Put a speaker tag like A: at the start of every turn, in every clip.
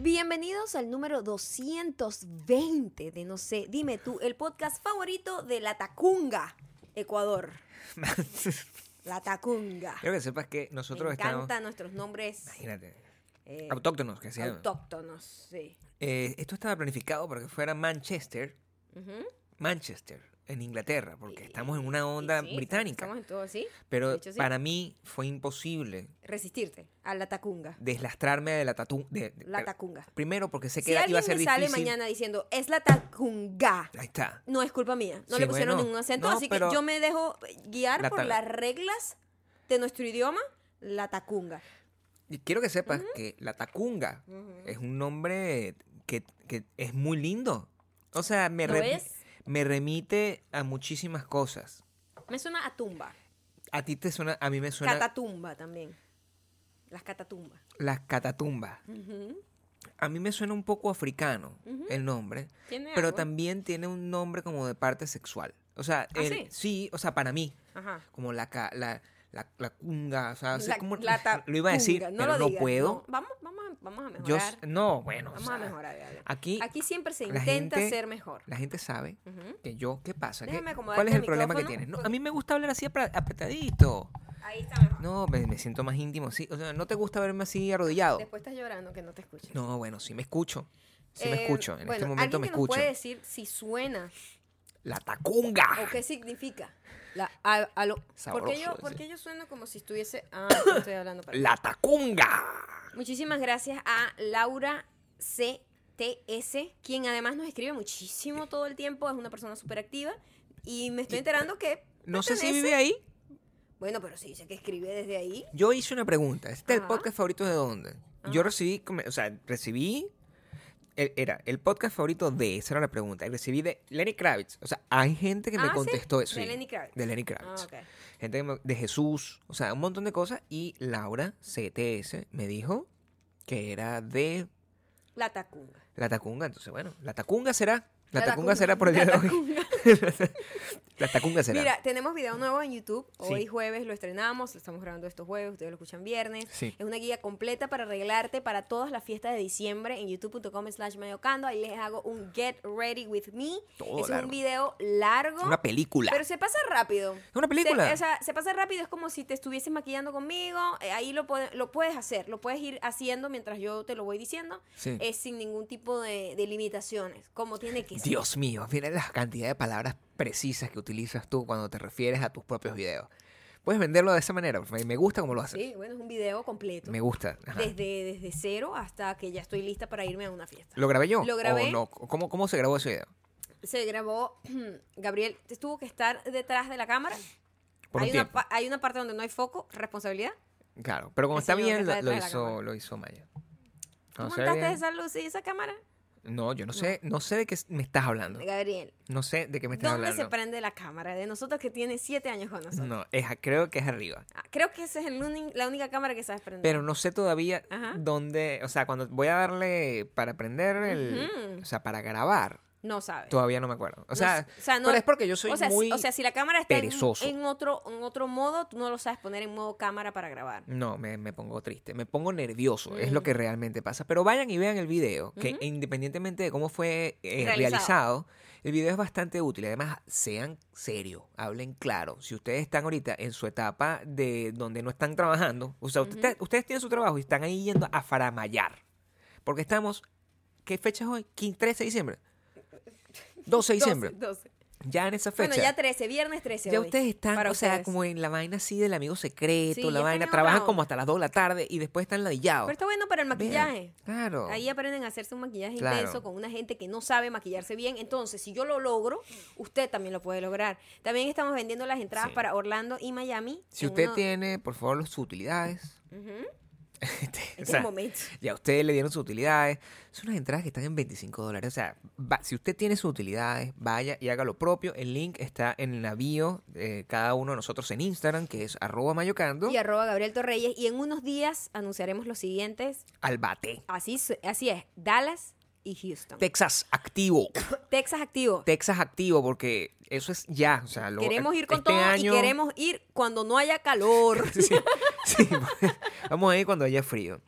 A: Bienvenidos al número 220 de No sé, dime tú, el podcast favorito de La Tacunga, Ecuador. La Tacunga.
B: Quiero que sepas que nosotros
A: Me encantan
B: estamos.
A: nuestros nombres
B: Imagínate.
A: eh,
B: Autóctonos, que se llama.
A: autóctonos. Sí.
B: Eh, esto estaba planificado para que fuera Manchester,
A: Ujú.
B: Manchester, en Inglaterra, porque
A: Y-
B: estamos en
A: y
B: una onda
A: sí,
B: británica.
A: Estamos en todo así. de
B: Pero
A: hecho, sí.
B: para mí fue imposible
A: Resistirte a La Tacunga.
B: deslastrarme de la tatu. de- de-
A: La Tacunga.
B: Primero, porque sé que
A: Si
B: era-
A: alguien
B: iba a
A: me
B: ser
A: sale
B: difícil.
A: mañana diciendo, es La Tacunga.
B: Ahí está.
A: No es culpa mía. No
B: Sí,
A: le pusieron
B: bueno,
A: ningún acento,
B: no,
A: así que
B: pero-
A: yo me dejo guiar
B: La
A: por
B: ta-
A: las reglas de nuestro idioma, la tacunga.
B: Y quiero que sepas que la Tacunga es un nombre que, que es muy lindo. O sea, me,
A: ¿Lo
B: re-
A: ves?
B: me remite a muchísimas cosas.
A: Me suena a tumba.
B: A ti te suena, a mí me suena
A: Catatumba también. Las catatumbas.
B: las catatumbas.
A: Ujú.
B: A mí me suena un poco africano el nombre,
A: Tiene
B: pero
A: algo.
B: también tiene un nombre como de parte sexual. O sea,
A: ¿Ah,
B: el-
A: sí?
B: o sea, para mí,
A: Ajá.
B: como la ca- la, la, la cunga, o sea, sé
A: La-
B: como-
A: la ta-
B: Ah, lo iba a decir,
A: tunga.
B: pero
A: lo
B: no
A: digas,
B: puedo.
A: no. Vamos, vamos, a- vamos a mejorar.
B: Yo s- no, bueno, o
A: vamos a
B: sea,
A: mejorar. Gabriel.
B: aquí
A: Aquí siempre se
B: la
A: intenta
B: gente-
A: ser mejor.
B: la gente sabe
A: Ujú.
B: que yo, ¿qué pasa? ¿Qué-
A: Déjame acomodarte
B: ¿Cuál es el
A: el
B: problema que
A: micrófono, pues
B: tienes? No,
A: porque-
B: a mí me gusta hablar así apra- apretadito.
A: Ahí está mejor.
B: No, me, me siento más íntimo, sí. O sea, ¿no te gusta verme así arrodillado?
A: Después estás llorando que no te escucho.
B: No, bueno, sí me escucho. Sí me
A: Eh,
B: escucho. En este
A: bueno,
B: momento
A: alguien
B: me
A: que nos
B: escucho.
A: puede decir si suena
B: La tacunga.
A: ¿O qué significa? La, a- a lo- ¿por, qué yo,
B: Ah. Sabroso,
A: por
B: sí.
A: qué yo sueno como si estuviese... Ah, yo estoy hablando para-
B: La tacunga.
A: Muchísimas gracias a Laura CTS, quien además nos escribe muchísimo todo el tiempo, es una persona súper activa y me estoy enterando que...
B: No sé si
A: pertenece-
B: vive ahí.
A: Bueno, pero sí, sé que escribe desde ahí.
B: Yo hice una pregunta. ¿Este es el
A: Ajá.
B: podcast favorito de dónde?
A: Ah.
B: Yo recibí, come- o sea, recibí. el- Era el podcast favorito de, esa era la pregunta. y Recibí de Lenny Kravitz. O sea, hay gente que
A: Ah,
B: me
A: ¿sí?
B: contestó
A: De
B: eso. sí,
A: Lenny Kravitz.
B: De Lenny
A: Ah,
B: Kravitz.
A: ok.
B: Gente que me- de Jesús. O sea, un montón de cosas. Y Laura CTS me dijo que era de
A: La tacunga.
B: La Tacunga, entonces bueno, la Tacunga será. La,
A: La
B: tacunga,
A: Tacunga.
B: será por el
A: La
B: día de hoy. la Tacunga será.
A: Mira, tenemos video nuevo en YouTube. Hoy
B: Sí.
A: jueves lo estrenamos, lo estamos grabando estos jueves, ustedes lo escuchan viernes.
B: Sí.
A: Es una guía completa para arreglarte para todas las fiestas de diciembre en youtube.com slash mayocando. Ahí les hago un Get Ready With Me.
B: Todo
A: es
B: largo.
A: un video largo.
B: Una película.
A: Pero se pasa rápido.
B: Es una película.
A: Se, o sea, se pasa rápido, es como si te estuvieses maquillando conmigo. eh, ahí lo, puede- lo puedes hacer, lo puedes ir haciendo mientras yo te lo voy diciendo.
B: Sí.
A: Es sin ningún tipo de, de limitaciones, como tiene que ser.
B: Dios mío, miren la cantidad de palabras precisas que utilizas tú cuando te refieres a tus propios videos. Puedes venderlo de esa manera, me me gusta cómo lo haces.
A: Sí, bueno, es un video completo.
B: Me gusta. ajá.
A: desde, desde cero hasta que ya estoy lista para irme a una fiesta.
B: ¿Lo grabé yo?
A: Lo grabé.
B: ¿O no? ¿Cómo, ¿Cómo se grabó ese video?
A: Se grabó, Gabriel te- tuvo que estar detrás de la cámara.
B: Por un
A: hay, una,
B: tiempo.
A: pa- hay una parte donde no hay foco, responsabilidad.
B: Claro, pero como
A: El
B: está
A: señor que
B: bien,
A: está
B: lo, lo
A: detrás de la
B: hizo,
A: cámara.
B: lo hizo Maya.
A: ¿Tú
B: Cuando se ve
A: montaste
B: bien-
A: esa luz y esa cámara?
B: No, yo no sé, no. sé de qué me estás hablando.
A: Gabriel,
B: No sé de qué me estás
A: ¿dónde se
B: hablando.
A: prende la cámara? De nosotros que tiene siete años con nosotros.
B: No, es, a- creo que es arriba.
A: Ah, creo que esa es el uni- la única cámara que sabes prender.
B: Pero no sé todavía
A: Ajá.
B: dónde, o sea, cuando voy a darle para prender el, o sea, para grabar,
A: no sabes.
B: todavía no me acuerdo. O
A: No
B: sea,
A: s- o sea, no-
B: pero es porque yo soy
A: o sea, si-
B: muy
A: o sea, si la cámara está en-
B: perezoso.
A: En, otro, en otro modo, tú no lo sabes poner en modo cámara para grabar.
B: no, me, me pongo triste, me pongo nervioso, es
A: Mm.
B: lo que realmente pasa. Pero vayan y vean el video, que independientemente de cómo fue eh,
A: Realizado.
B: realizado. el video es bastante útil. Además, sean serios, hablen claro. Si ustedes están ahorita en su etapa de donde no están trabajando, o sea, ustedes, ustedes tienen su trabajo y están ahí yendo a faramayar. Porque estamos, ¿qué fecha es hoy? 15, 13 de diciembre. 12 de diciembre.
A: 12, 12.
B: Ya en esa fecha.
A: Bueno, ya 13, viernes 13.
B: Ya
A: hoy,
B: ustedes están,
A: para
B: o sea,
A: ustedes.
B: como en la vaina así del amigo secreto,
A: Sí, ya
B: la
A: están
B: vaina.
A: en
B: Trabajan
A: otra
B: como
A: onda.
B: hasta las 2 de la tarde y después están ladillados.
A: Pero está bueno para el
B: Vean,
A: maquillaje.
B: Claro.
A: Ahí aprenden a hacerse un maquillaje
B: Claro.
A: intenso con una gente que no sabe maquillarse bien. Entonces, si yo lo logro, usted también lo puede lograr. También estamos vendiendo las entradas
B: Sí.
A: para Orlando y Miami.
B: si
A: en
B: usted
A: uno-
B: tiene, por favor, sus utilidades. Este,
A: en
B: o
A: un
B: sea,
A: momento.
B: ya ustedes le dieron sus utilidades. Son unas entradas que están en 25 dólares. O sea, va- si usted tiene sus utilidades, vaya y haga lo propio. El link está en la bio de cada uno de nosotros en Instagram, que es arroba mayocando
A: Y arroba Gabriel Torreyes. Y en unos días anunciaremos los siguientes.
B: al bate.
A: Así, su- así es, Dallas y Houston.
B: Texas activo.
A: Texas activo.
B: Texas activo, porque eso es ya. O sea, lo-
A: queremos ir con
B: este
A: todo
B: año-
A: y queremos ir cuando no haya calor.
B: Sí, sí, Vamos a ir cuando haya frío.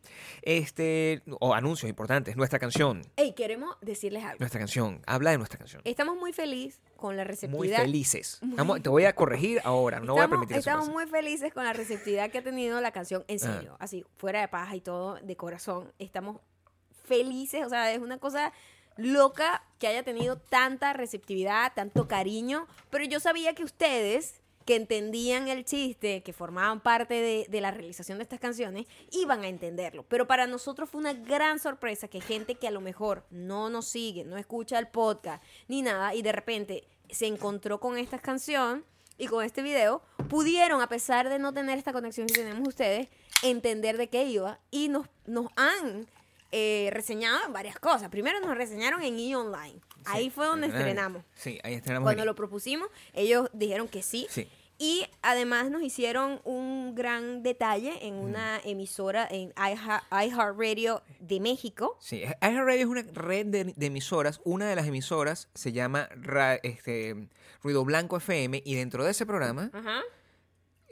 B: Este, o anuncios importantes, nuestra canción.
A: Ey, queremos decirles algo.
B: Nuestra canción, habla de nuestra canción.
A: Estamos muy felices con la
B: Muy
A: receptividad.
B: felices. Vamos, te voy a corregir ahora, no voy a
A: Estamos-
B: permitir Ah. eso.
A: Estamos
B: más.
A: muy felices con la receptividad que ha tenido la canción en serio. Así, fuera de paja y todo, de corazón. Estamos felices. O sea, es una cosa loca que haya tenido tanta receptividad, tanto cariño. Pero yo sabía que ustedes que entendían el chiste, que formaban parte de, de la realización de estas canciones, iban a entenderlo. Pero para nosotros fue una gran sorpresa que gente que a lo mejor no nos sigue, no escucha el podcast ni nada, y de repente se encontró con esta canción y con este video, pudieron, a pesar de no tener esta conexión que tenemos ustedes, entender de qué iba y nos, nos han eh, reseñado en varias cosas. Primero nos reseñaron en E! Online. Ahí fue donde
B: Ah,
A: estrenamos.
B: Sí, ahí estrenamos.
A: Cuando
B: el-
A: lo propusimos, ellos dijeron que sí.
B: Sí.
A: Y además nos hicieron un gran detalle en una emisora en iHeart- iHeartRadio de México.
B: Sí, iHeartRadio es una red de, de emisoras. Una de las emisoras se llama Ra- este, Ruido Blanco FM y dentro de ese programa
A: Ajá.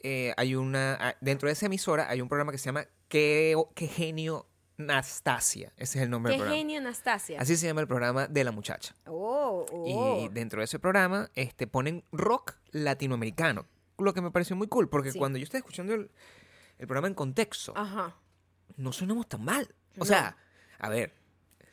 B: eh, hay una ah, dentro de esa emisora hay un programa que se llama Qué, Qué genio Nastasia. Ese es el nombre
A: Qué
B: del programa.
A: genio, Anastasia.
B: Así se llama el programa de la muchacha.
A: Oh, oh.
B: Y dentro de ese programa este, ponen rock latinoamericano, lo que me pareció muy cool porque
A: Sí.
B: cuando yo estaba escuchando el, el programa en contexto,
A: Ajá,
B: no sonamos tan mal. O
A: No.
B: sea, a ver,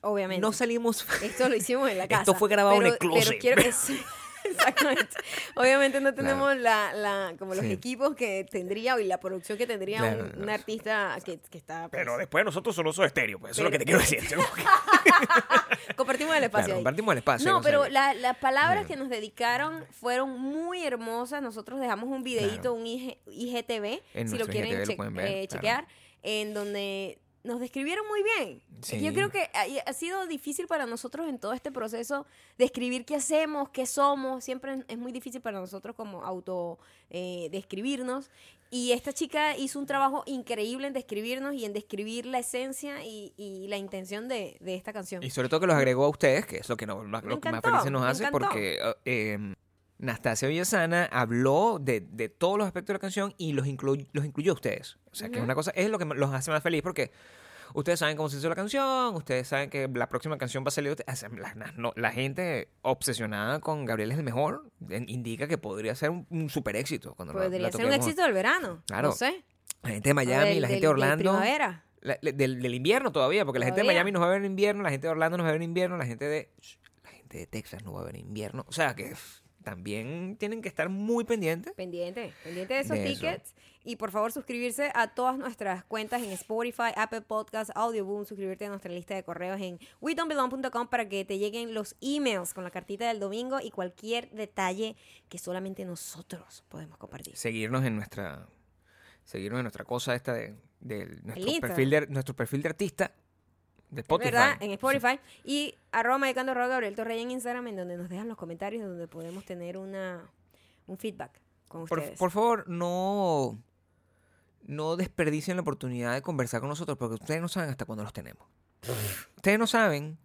A: obviamente.
B: no salimos
A: Esto lo hicimos en la
B: Esto
A: casa.
B: fue grabado en el closet.
A: Pero quiero es- Exactamente. Obviamente no tenemos la, la- como los
B: Sí.
A: equipos que tendría o y la producción que tendría
B: Claro,
A: un,
B: no,
A: un
B: no.
A: artista que, que está. pues,
B: Pero después nosotros solo uso estéreo, pues eso es lo que te quiero
A: Pero-
B: decir. seguro que-
A: Compartimos el espacio.
B: Claro,
A: ahí.
B: compartimos el espacio.
A: No,
B: o sea,
A: pero la- las palabras
B: Bueno.
A: que nos dedicaron fueron muy hermosas. Nosotros dejamos un videito,
B: Claro.
A: un IG IGTV,
B: En
A: si lo
B: nuestro
A: quieren
B: IGTV lo
A: che-
B: pueden ver,
A: eh,
B: claro.
A: chequear, en donde nos describieron muy bien. Eh,
B: Sí.
A: Yo creo que ha, ha sido difícil para nosotros en todo este proceso describir qué hacemos, qué somos. Siempre es muy difícil para nosotros como auto eh, describirnos. Y esta chica hizo un trabajo increíble en describirnos y en describir la esencia y, y la intención de, de esta canción.
B: Y sobre todo que los agregó a ustedes, que es lo que, nos- lo que más
A: encantó,
B: felices nos
A: me
B: hace,
A: encantó.
B: porque eh, Nastasia Villasana habló de, de todos los aspectos de la canción y los, inclu- los incluyó a ustedes. O sea, que es
A: Ujú.
B: una cosa, es lo que los hace más feliz, porque ustedes saben cómo se hizo la canción, ustedes saben que la próxima canción va a salir. o sea, la, la- no- la gente obsesionada con Gabriel es el mejor en- indica que podría ser un, super éxito. Cuando la- la
A: Podría ser un
B: toquemos.
A: éxito del verano.
B: Claro.
A: No sé.
B: La gente de Miami,
A: Del-
B: la gente
A: del-
B: de
A: del
B: Orlando.
A: primavera.
B: La- le- del, del invierno todavía, porque la gente de
A: Todavía.
B: Miami nos va a ver en invierno, la gente de Orlando nos va a ver en invierno, la gente de sh, la gente de Texas nos va a ver en invierno. O sea que pff, también tienen que estar muy pendientes.
A: Pendiente, pendiente de esos
B: De eso.
A: tickets. Y por favor, suscribirse a todas nuestras cuentas en Spotify, Apple Podcasts, Audioboom. Suscribirte a nuestra lista de correos en wedon'tbelong.com para que te lleguen los emails con la cartita del domingo y cualquier detalle que solamente nosotros podemos compartir.
B: Seguirnos en nuestra seguirnos en nuestra cosa esta de, del- nuestro
A: Instagram.
B: perfil de nuestro perfil de artista de
A: Es
B: Spotify.
A: ¿Verdad? En Spotify. Y arroba medicando arroba Gabriel Torrey en Instagram, en donde nos dejan los comentarios, donde podemos tener una, un feedback con
B: Por,
A: ustedes.
B: por favor, no no desperdicien la oportunidad de conversar con nosotros porque ustedes no saben hasta cuándo los tenemos. ustedes no saben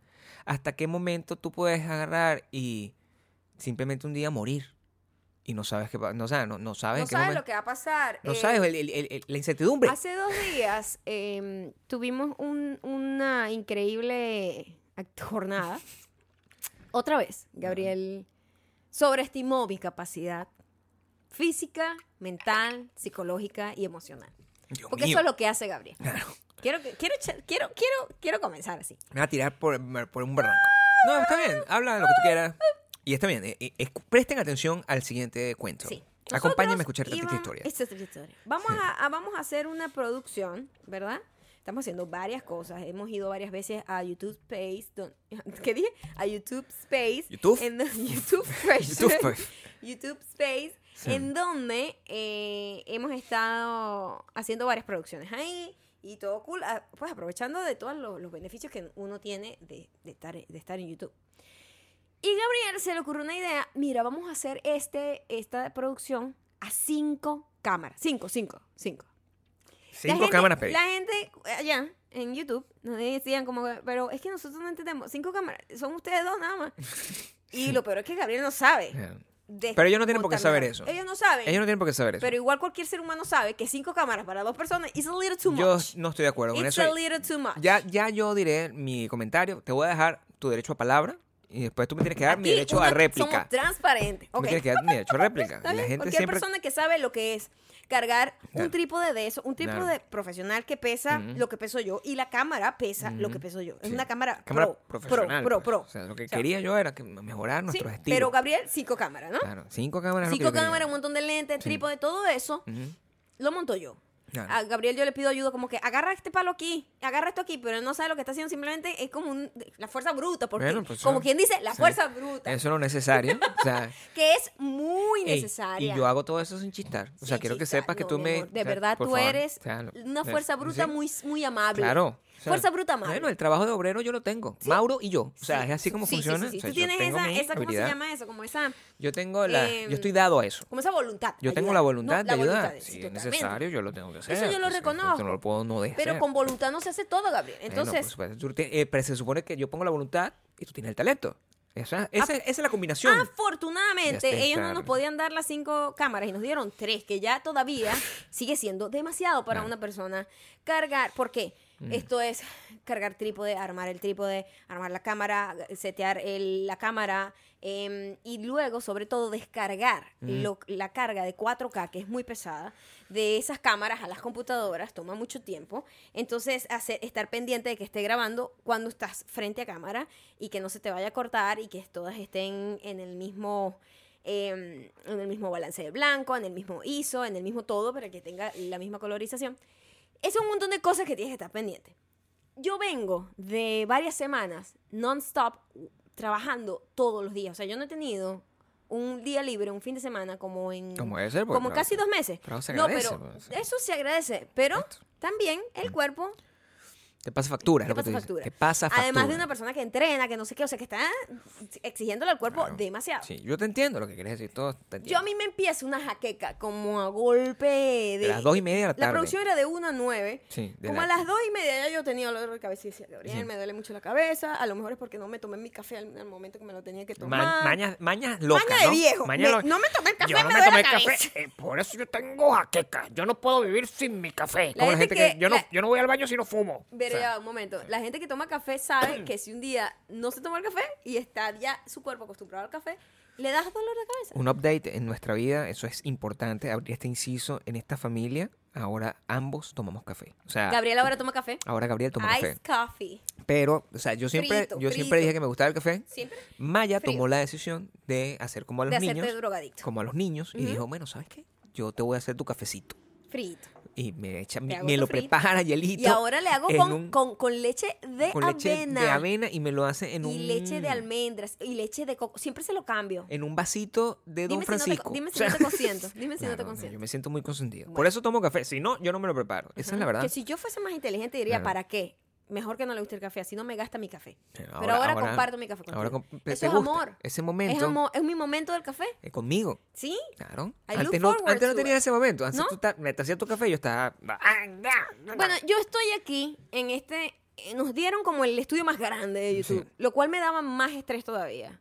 B: hasta qué momento tú puedes agarrar y simplemente un día morir y no sabes qué va- no sabes no, no sabes
A: no
B: en qué
A: sabes lo
B: momento
A: que va a pasar.
B: no
A: eh,
B: sabes el- el- el- el- la incertidumbre.
A: Hace dos días eh, tuvimos un- una increíble act- jornada. Otra vez, Gabriel sobreestimó mi capacidad física, mental, psicológica y emocional.
B: Dios
A: Porque
B: mío.
A: eso es lo que hace Gabriel.
B: Claro.
A: Quiero, que- quiero, echa- quiero, quiero, quiero comenzar así.
B: Me va a tirar por, por un barranco. No, está bien. Habla de lo que tú quieras. Y está bien. eh, eh, escu- presten atención al siguiente cuento.
A: Sí.
B: Acompáñenme a
A: Nosotros
B: escuchar esta
A: iba-
B: triste historia.
A: Esta triste historia. Vamos, a, a- vamos a hacer una producción, ¿verdad? Estamos haciendo varias cosas. Hemos ido varias veces a YouTube Space. don- ¿Qué dije? A YouTube Space.
B: YouTube.
A: En, do- YouTube Fresh.
B: YouTube Space.
A: YouTube Space.
B: Sí.
A: En donde eh, hemos estado haciendo varias producciones ahí. Y todo cool. ah, Pues aprovechando de todos los, los beneficios que uno tiene de- de estar, de estar en YouTube. Y Gabriel se le ocurrió una idea. Mira, vamos a hacer este, esta producción a cinco cámaras. Cinco, cinco, cinco. La
B: Cinco
A: gente-
B: cámaras pedí.
A: La gente eh, allá en YouTube nos decían como, pero es que nosotros no entendemos. Cinco cámaras, son ustedes dos nada más. Y lo peor es que Gabriel no sabe.
B: Yeah.
A: de-
B: Pero ellos no tienen por qué saber
A: contaminado.
B: eso.
A: Ellos no saben.
B: Ellos no tienen por qué saber eso.
A: Pero igual cualquier ser humano sabe que cinco cámaras para dos personas is a little too
B: yo
A: much.
B: no estoy de acuerdo con
A: It's
B: eso.
A: a little too much.
B: Ya, ya yo diré mi comentario. Te voy a dejar tu derecho a palabra y después tú me tienes que dar mi
A: Aquí
B: derecho
A: una-
B: a réplica.
A: Somos transparentes.
B: Tú
A: Ok.
B: Me tienes que dar mi derecho a réplica.
A: Está
B: La
A: bien,
B: gente
A: Cualquier
B: siempre.
A: persona que sabe lo que es cargar
B: Claro.
A: un trípode de eso, un trípode
B: Claro.
A: profesional que pesa
B: Ujú.
A: lo que peso yo y la cámara pesa lo que peso yo. Es
B: Sí.
A: una cámara,
B: Cámara
A: pro,
B: profesional.
A: Pro, pro,
B: pues.
A: pro.
B: O sea, lo que
A: O sea,
B: quería yo era que mejorar
A: sí,
B: nuestros estilos.
A: pero Gabriel, cinco cámaras, ¿no?
B: Claro, cinco cámaras. es lo que
A: Cinco
B: yo quería.
A: cámaras, un montón de lentes,
B: Sí.
A: trípode, todo eso
B: Ujú.
A: lo monto yo.
B: Claro.
A: A Gabriel yo le pido ayuda como que agarra este palo aquí, agarra esto aquí, pero él no sabe lo que está haciendo, simplemente es como un- la fuerza bruta, porque
B: Bueno, pues,
A: como
B: sí.
A: quien dice, la
B: Sí.
A: fuerza bruta,
B: Eso no es necesario. o sea,
A: que es muy
B: ey,
A: necesaria.
B: y yo hago todo eso sin chistar. O sea,
A: Sí,
B: quiero que
A: chica,
B: sepas que
A: no,
B: tú
A: mi
B: me.
A: amor, de
B: o sea,
A: verdad,
B: por
A: tú
B: favor,
A: eres
B: o sea,
A: una
B: es-
A: fuerza bruta
B: sí.
A: muy, muy amable.
B: Claro. o sea,
A: Fuerza bruta amable.
B: Bueno, el trabajo de obrero yo lo tengo. Mauro y yo. O sea,
A: Sí,
B: es así como
A: sí, sí,
B: funciona.
A: sí, sí.
B: O sea,
A: Tú
B: yo
A: tienes
B: tengo
A: esa,
B: mi
A: esa- ¿cómo se
B: habilidad.
A: llama eso? Como esa,
B: Yo tengo la.
A: Em,
B: yo estoy dado a eso.
A: como esa voluntad.
B: Yo
A: de
B: tengo
A: ayudar.
B: la voluntad
A: No,
B: de
A: la
B: ayudar.
A: voluntad de- sí,
B: si es
A: totalmente.
B: necesario, yo lo tengo que hacer.
A: Eso yo lo
B: pues,
A: reconozco.
B: No lo puedo no dejar. pues,
A: Pero con voluntad no se hace todo, Gabriel. Entonces,
B: eh, pero se supone que yo pongo la voluntad y tú tienes el talento.
A: Ah,
B: Esa, esa- esa es la combinación.
A: afortunadamente,
B: Ya está,
A: ellos no nos
B: claro.
A: podían dar las cinco cámaras y nos dieron tres, que ya todavía sigue siendo demasiado para
B: Claro.
A: una persona cargar. ¿Por qué? Esto es cargar trípode, armar el trípode, armar la cámara, setear el- la cámara em, y luego, sobre todo, descargar lo- la carga de 4K, que es muy pesada, de esas cámaras a las computadoras, toma mucho tiempo. Entonces, hacer, estar pendiente de que esté grabando cuando estás frente a cámara y que no se te vaya a cortar y que todas estén en el mismo em, en el mismo balance de blanco, en el mismo ISO, en el mismo todo, para que tenga la misma colorización. Es un montón de cosas que tienes que estar pendiente. Yo vengo de varias semanas non-stop trabajando todos los días. O sea, yo no he tenido un día libre, un fin de semana, como en...
B: Como debe ser, porque
A: como
B: tra-
A: casi dos meses.
B: trabajo se
A: no,
B: agradece,
A: pero
B: pues, sí.
A: eso se agradece. Pero también el cuerpo
B: Te pasa factura, es
A: te
B: lo que
A: pasa
B: pues te
A: factura.
B: Te pasa factura.
A: Además de una persona que entrena, que no sé qué, o sea, que está exigiéndole al cuerpo
B: Claro.
A: demasiado.
B: Sí, yo te entiendo lo que quieres decir. Todo te
A: Yo a
B: entiendo.
A: mí me empieza una jaqueca como a golpe de...
B: De las dos y media de la tarde.
A: La producción era de 1 a 9.
B: Sí, de
A: como
B: la-
A: a las 2 y media ya yo tenía dolor de cabeza y decía, Gabriel,
B: Sí.
A: me duele mucho la cabeza. A lo mejor es porque no me tomé mi café al, al momento que me lo tenía que tomar.
B: Ma- mañas, mañas locas.
A: Maña de
B: ¿no?
A: viejo.
B: Mañas
A: Me-
B: locas.
A: no me tomé el café,
C: Yo no
A: me
C: me
A: duele
C: tomé
A: la
C: café,
A: cabeza.
C: eh, por eso yo tengo jaqueca. Yo no puedo vivir sin mi café.
A: La
B: Como la
A: gente
B: gente que
A: que-
C: Yo no,
A: la-
C: yo no voy al baño si no fumo.
A: Pero
B: O sea, Mm.
A: ya, un momento. La gente que toma café sabe que si un día no se toma el café y está ya su cuerpo acostumbrado al café, le das dolor de cabeza.
B: Un update en nuestra vida, eso es importante. Abrir este inciso en esta familia. Ahora ambos tomamos café. O sea,
A: Gabriel ahora toma café.
B: ahora Gabriel toma
A: Ice
B: café.
A: coffee.
B: Pero, o sea, yo siempre,
A: Frito,
B: yo siempre
A: frito.
B: dije que me gustaba el café.
A: Siempre.
B: Maya
A: Frío.
B: tomó la decisión de hacer como a los
A: De hacerte
B: niños.
A: drogadicto.
B: Como a los niños. Y dijo, bueno, ¿sabes qué? Yo te voy a hacer tu cafecito.
A: Frito.
B: Y me echa,
A: Te
B: me,
A: hago
B: me
A: tu
B: lo
A: frito.
B: prepara hielito.
A: Y ahora le hago
B: en
A: con,
B: un-
A: con, con leche de
B: con
A: avena.
B: leche de avena y me lo hace en
A: y
B: un
A: leche de almendras. Y leche de coco. Siempre se lo cambio.
B: en un vasito de Don
A: Dime si, no te,
B: Francisco.
A: co- dime
B: O
A: si
B: sea,
A: no te consiento. Dime si no te
B: claro, yo
A: consiento.
B: me siento muy consentido. Por
A: Bueno.
B: eso tomo café. Si no, yo no me lo preparo. Esa es la verdad.
A: Que si yo fuese más inteligente diría,
B: Claro.
A: ¿para qué? Mejor que no le guste el café, así no me gasta mi café.
B: Pero
A: Pero ahora, comparto mi café
B: Eh, ahora
A: contigo.
B: comp- te-
A: Eso
B: te
A: es
B: gusta.
A: amor.
B: Ese momento
A: Es, amor- es mi momento del café.
B: eh, conmigo.
A: ¿Sí?
B: Claro.
A: I
B: Antes
A: look
B: no,
A: forward
B: antes no
A: to
B: tenía
A: it.
B: ese momento. Antes
A: ¿No?
B: tú ta- me te hacías tu café y yo estaba. ah,
A: Bueno, yo estoy aquí en este. eh, Nos dieron como el estudio más grande de YouTube, lo cual me daba más estrés todavía.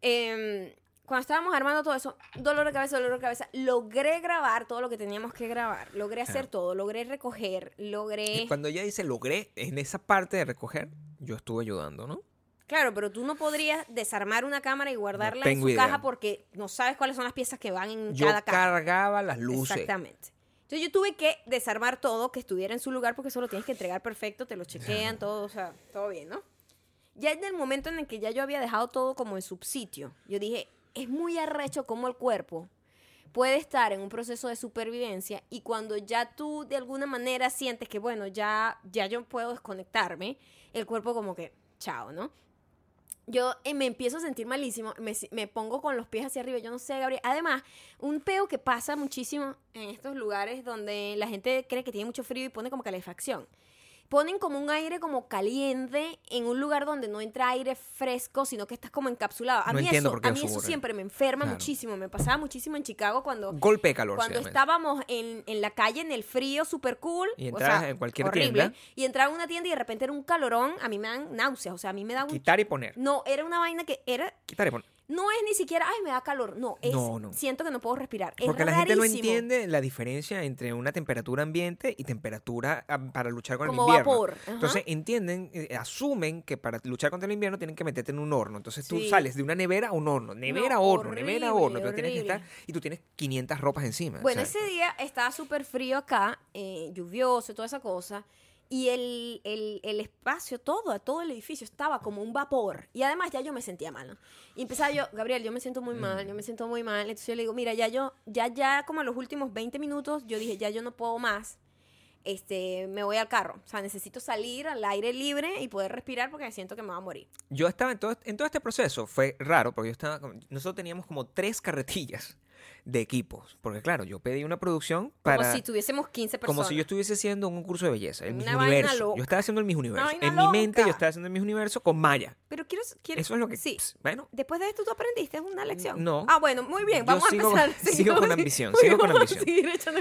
A: Em, cuando estábamos armando todo eso, dolor de cabeza, dolor de cabeza, logré grabar todo lo que teníamos que grabar. Logré hacer
B: Claro.
A: todo, logré recoger, logré.
B: Y cuando ella dice logré, en esa parte de recoger, yo estuve ayudando, ¿no?
A: Claro, pero tú no podrías desarmar una cámara y guardarla en
B: tengo
A: su
B: idea.
A: caja porque no sabes cuáles son las piezas que van en
B: Yo
A: cada caja.
B: cargaba las luces.
A: Exactamente. Entonces yo tuve que desarmar todo, que estuviera en su lugar, porque eso lo tienes que entregar perfecto, te lo chequean, todo, o sea, todo bien, ¿no? Ya en el momento en el que ya yo había dejado todo como en subsitio, yo dije, es muy arrecho como el cuerpo puede estar en un proceso de supervivencia y cuando ya tú de alguna manera sientes que, bueno, ya, ya yo puedo desconectarme, el cuerpo como que, chao, ¿no? Yo eh, me empiezo a sentir malísimo, me, si- me pongo con los pies hacia arriba, yo no sé, Gabriel. Además, un peo que pasa muchísimo en estos lugares donde la gente cree que tiene mucho frío y pone como calefacción. Ponen como un aire como caliente en un lugar donde no entra aire fresco, sino que estás como encapsulado. A
B: No
A: mí,
B: entiendo
A: eso,
B: por qué
A: a
B: eso
A: mí eso
B: ocurre.
A: siempre me enferma
B: Claro.
A: muchísimo. Me pasaba muchísimo en Chicago cuando
B: Golpe de calor.
A: cuando
B: se llama eso.
A: estábamos en, en la calle, en el frío, super cool.
B: Y
A: o
B: entrabas
A: sea,
B: en cualquier tienda.
A: Y entraba a una tienda y de repente era un calorón. A mí me dan náuseas. O sea, a mí me da un...
B: Quitar y poner.
A: No, era una vaina que era...
B: Quitar y poner.
A: No es ni siquiera, ay, me da calor. No, es
B: No, no.
A: siento que no puedo respirar. Es
B: Porque la gente no
A: rarísimo.
B: entiende la diferencia entre una temperatura ambiente y temperatura ah, para luchar con
A: Como
B: el invierno.
A: vapor, ajá.
B: Entonces entienden, eh, asumen que para luchar contra el invierno tienen que meterte en un horno. Entonces tú
A: Sí.
B: sales de una nevera a un horno, nevera a
A: No,
B: horno, nevera a horno.
A: horrible,
B: Tú tienes que estar,
A: horrible.
B: y tú tienes 500 ropas encima.
A: Bueno,
B: o sea,
A: ese día estaba súper frío acá, eh, lluvioso y toda esa cosa. Y el, el- el espacio, todo, todo el edificio estaba como un vapor. Y además ya yo me sentía mal. ¿no? Y empezaba yo, Gabriel, yo me siento muy mal, yo
B: Mm.
A: me siento muy mal. Entonces yo le digo, mira, ya yo, ya, ya como a los últimos 20 minutos, yo dije, ya yo no puedo más. Este, me voy al carro. O sea, necesito salir al aire libre y poder respirar porque siento que me voy a morir.
B: Yo estaba en todo, en todo este proceso, fue raro, porque yo estaba, con- nosotros teníamos como tres carretillas de equipos. Porque claro, yo pedí una producción para...
A: como si tuviésemos 15 personas.
B: Como si yo estuviese haciendo un curso de belleza, el
A: Una
B: Miss
A: vaina
B: Universo.
A: loca.
B: Yo estaba haciendo el Miss Universo.
A: vaina
B: En mi mente yo
A: loca.
B: estaba haciendo el Miss Universo con Maya.
A: Pero quiero, quiero-
B: Eso es lo que...
A: Sí.
B: pss, Bueno,
A: Después de esto tú aprendiste una lección.
B: No.
A: Ah, bueno, muy bien.
B: Yo
A: Vamos
B: sigo
A: a empezar.
B: con- sigo con ambición, sigo con ambición.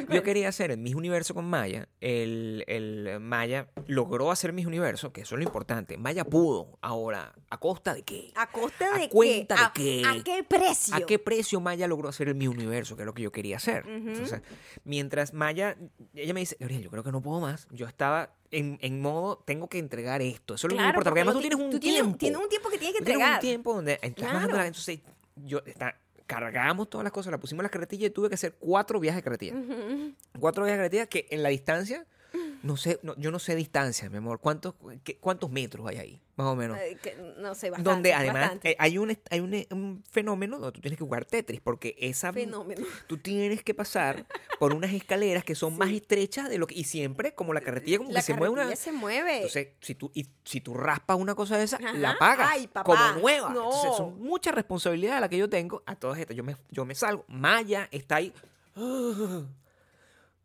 B: yo quería hacer el Miss Universo con Maya. El, el Maya logró hacer Miss Universo, que eso es lo importante. Maya pudo. Ahora, ¿a costa de qué?
A: ¿A costa
B: ¿A
A: de
B: cuenta
A: qué?
B: de
A: ¿A,
B: qué?
A: ¿A qué precio?
B: ¿A qué precio Maya logró hacer el mi universo? Que es lo que yo quería hacer.
A: Ujú.
B: Entonces, mientras Maya, ella me dice, Gabriel, yo creo que no puedo más. Yo estaba en, en modo, tengo que entregar esto. Eso es lo que me
A: Claro,
B: importa. Porque además tú
A: lo
B: tienes
A: ti-
B: un
A: tú tienes-
B: tiempo.
A: Tienes un tiempo que tienes que
B: Tú tienes
A: entregar.
B: un tiempo donde estás bajando la-
A: Claro.
B: Entonces, yo está, cargamos todas las cosas, la pusimos en las carretillas y tuve que hacer cuatro viajes de carretilla.
A: Mm.
B: Cuatro viajes de carretilla que en la distancia,
A: Mm.
B: no sé, no- yo no sé distancia, mi amor. ¿Cuántos, qué- ¿Cuántos metros hay ahí? Más o menos
A: Eh, que no sé, bastante.
B: donde además
A: bastante.
B: eh, hay, un, est- hay un, eh, un fenómeno donde tú tienes que jugar Tetris, porque esa
A: Fenómeno.
B: tú tienes que pasar por unas escaleras que son más estrechas de lo que y siempre como la carretilla como
A: La
B: que se mueve una
A: carretilla se mueve.
B: entonces si tú y si tú raspas una cosa de esa la
A: Ajá.
B: pagas
A: Ay, papá.
B: como nueva
A: No.
B: entonces son muchas responsabilidades las que yo tengo a todas estas yo me yo me salgo Maya está ahí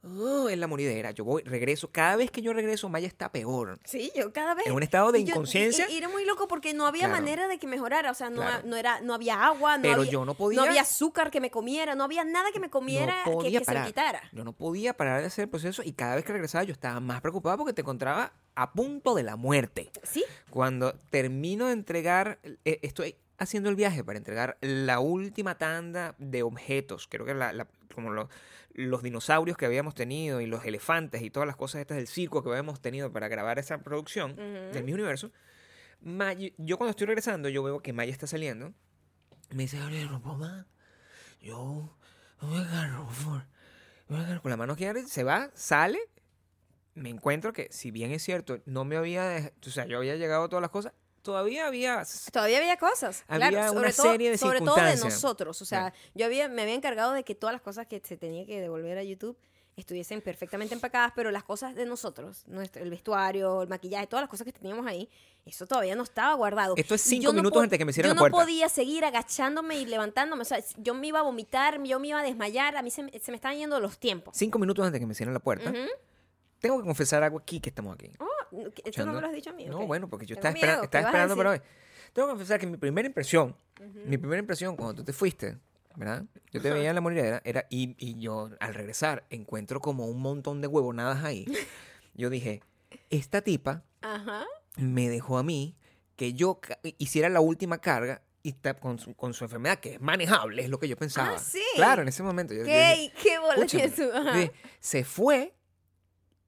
B: oh, en la moridera yo voy regreso cada vez que yo regreso Maya está peor
A: Sí, yo cada vez.
B: En un estado de
A: y yo-
B: inconsciencia.
A: y- y era muy loco porque no había
B: Claro.
A: manera de que mejorara. O sea, no,
B: Claro.
A: no, era, no había agua, no
B: Pero
A: había,
B: yo no podía-
A: No había azúcar que me comiera, no había nada que me comiera que- que, se me
B: parar.
A: quitara.
B: Yo no podía parar de hacer el proceso y cada vez que regresaba yo estaba más preocupada porque te encontraba a punto de la muerte.
A: Sí,
B: Cuando termino de entregar, eh, estoy haciendo el viaje para entregar la última tanda de objetos, creo que la- la- como lo- los dinosaurios que habíamos tenido y los elefantes y todas las cosas estas del circo que habíamos tenido para grabar esa producción del mismo universo. May- yo cuando estoy regresando, yo veo que Maya está saliendo. Me dice, Gabriel, no puedo más. Yo no voy a agarrar, por favor. Voy a agarrar". Con la mano que abre, se va, sale. Me encuentro que, si bien es cierto, no me había. dej- O sea, yo había llegado a todas las cosas. Todavía había.
A: Todavía había cosas.
B: Había
A: claro, sobre
B: una
A: todo,
B: serie de
A: sobre todo de
B: circunstancias.
A: nosotros. O sea, yo había, me había encargado de que todas las cosas que se tenía que devolver a YouTube estuviesen perfectamente empacadas, pero las cosas de nosotros, nuestro, el vestuario, el maquillaje, todas las cosas que teníamos ahí, eso todavía no estaba guardado.
B: Esto es
A: Y yo
B: cinco minutos
A: po-
B: antes que me cierren
A: yo
B: la puerta.
A: no podía seguir agachándome y levantándome. O sea, yo me iba a vomitar, yo me iba a desmayar, a mí se, me- se me estaban yendo los tiempos.
B: Cinco minutos antes que me cierren la puerta. Tengo que confesar algo aquí que estamos aquí.
A: Oh, ¿Esto no me lo has dicho a mí?
B: No,
A: ok.
B: bueno, porque yo
A: Tengo
B: estaba, espera-
A: miedo, ¿qué
B: estaba
A: vas a
B: esperando
A: decir?
B: para hoy. Tengo que confesar que mi primera impresión, mi primera impresión cuando tú te fuiste, ¿verdad? Yo te veía en la moridera era, y, y yo al regresar encuentro como un montón de huevonadas ahí. Yo dije, esta tipa
A: Ajá.
B: me dejó a mí que yo ca- eh, hiciera la última carga y ta- con, su, con su enfermedad, que es manejable, es lo que yo pensaba.
A: Ah, sí.
B: Claro, en ese momento. Yo, yo dije,
A: ¿Qué, qué bola
B: Escúchame,
A: tienes tú? Ajá.
B: de- se fue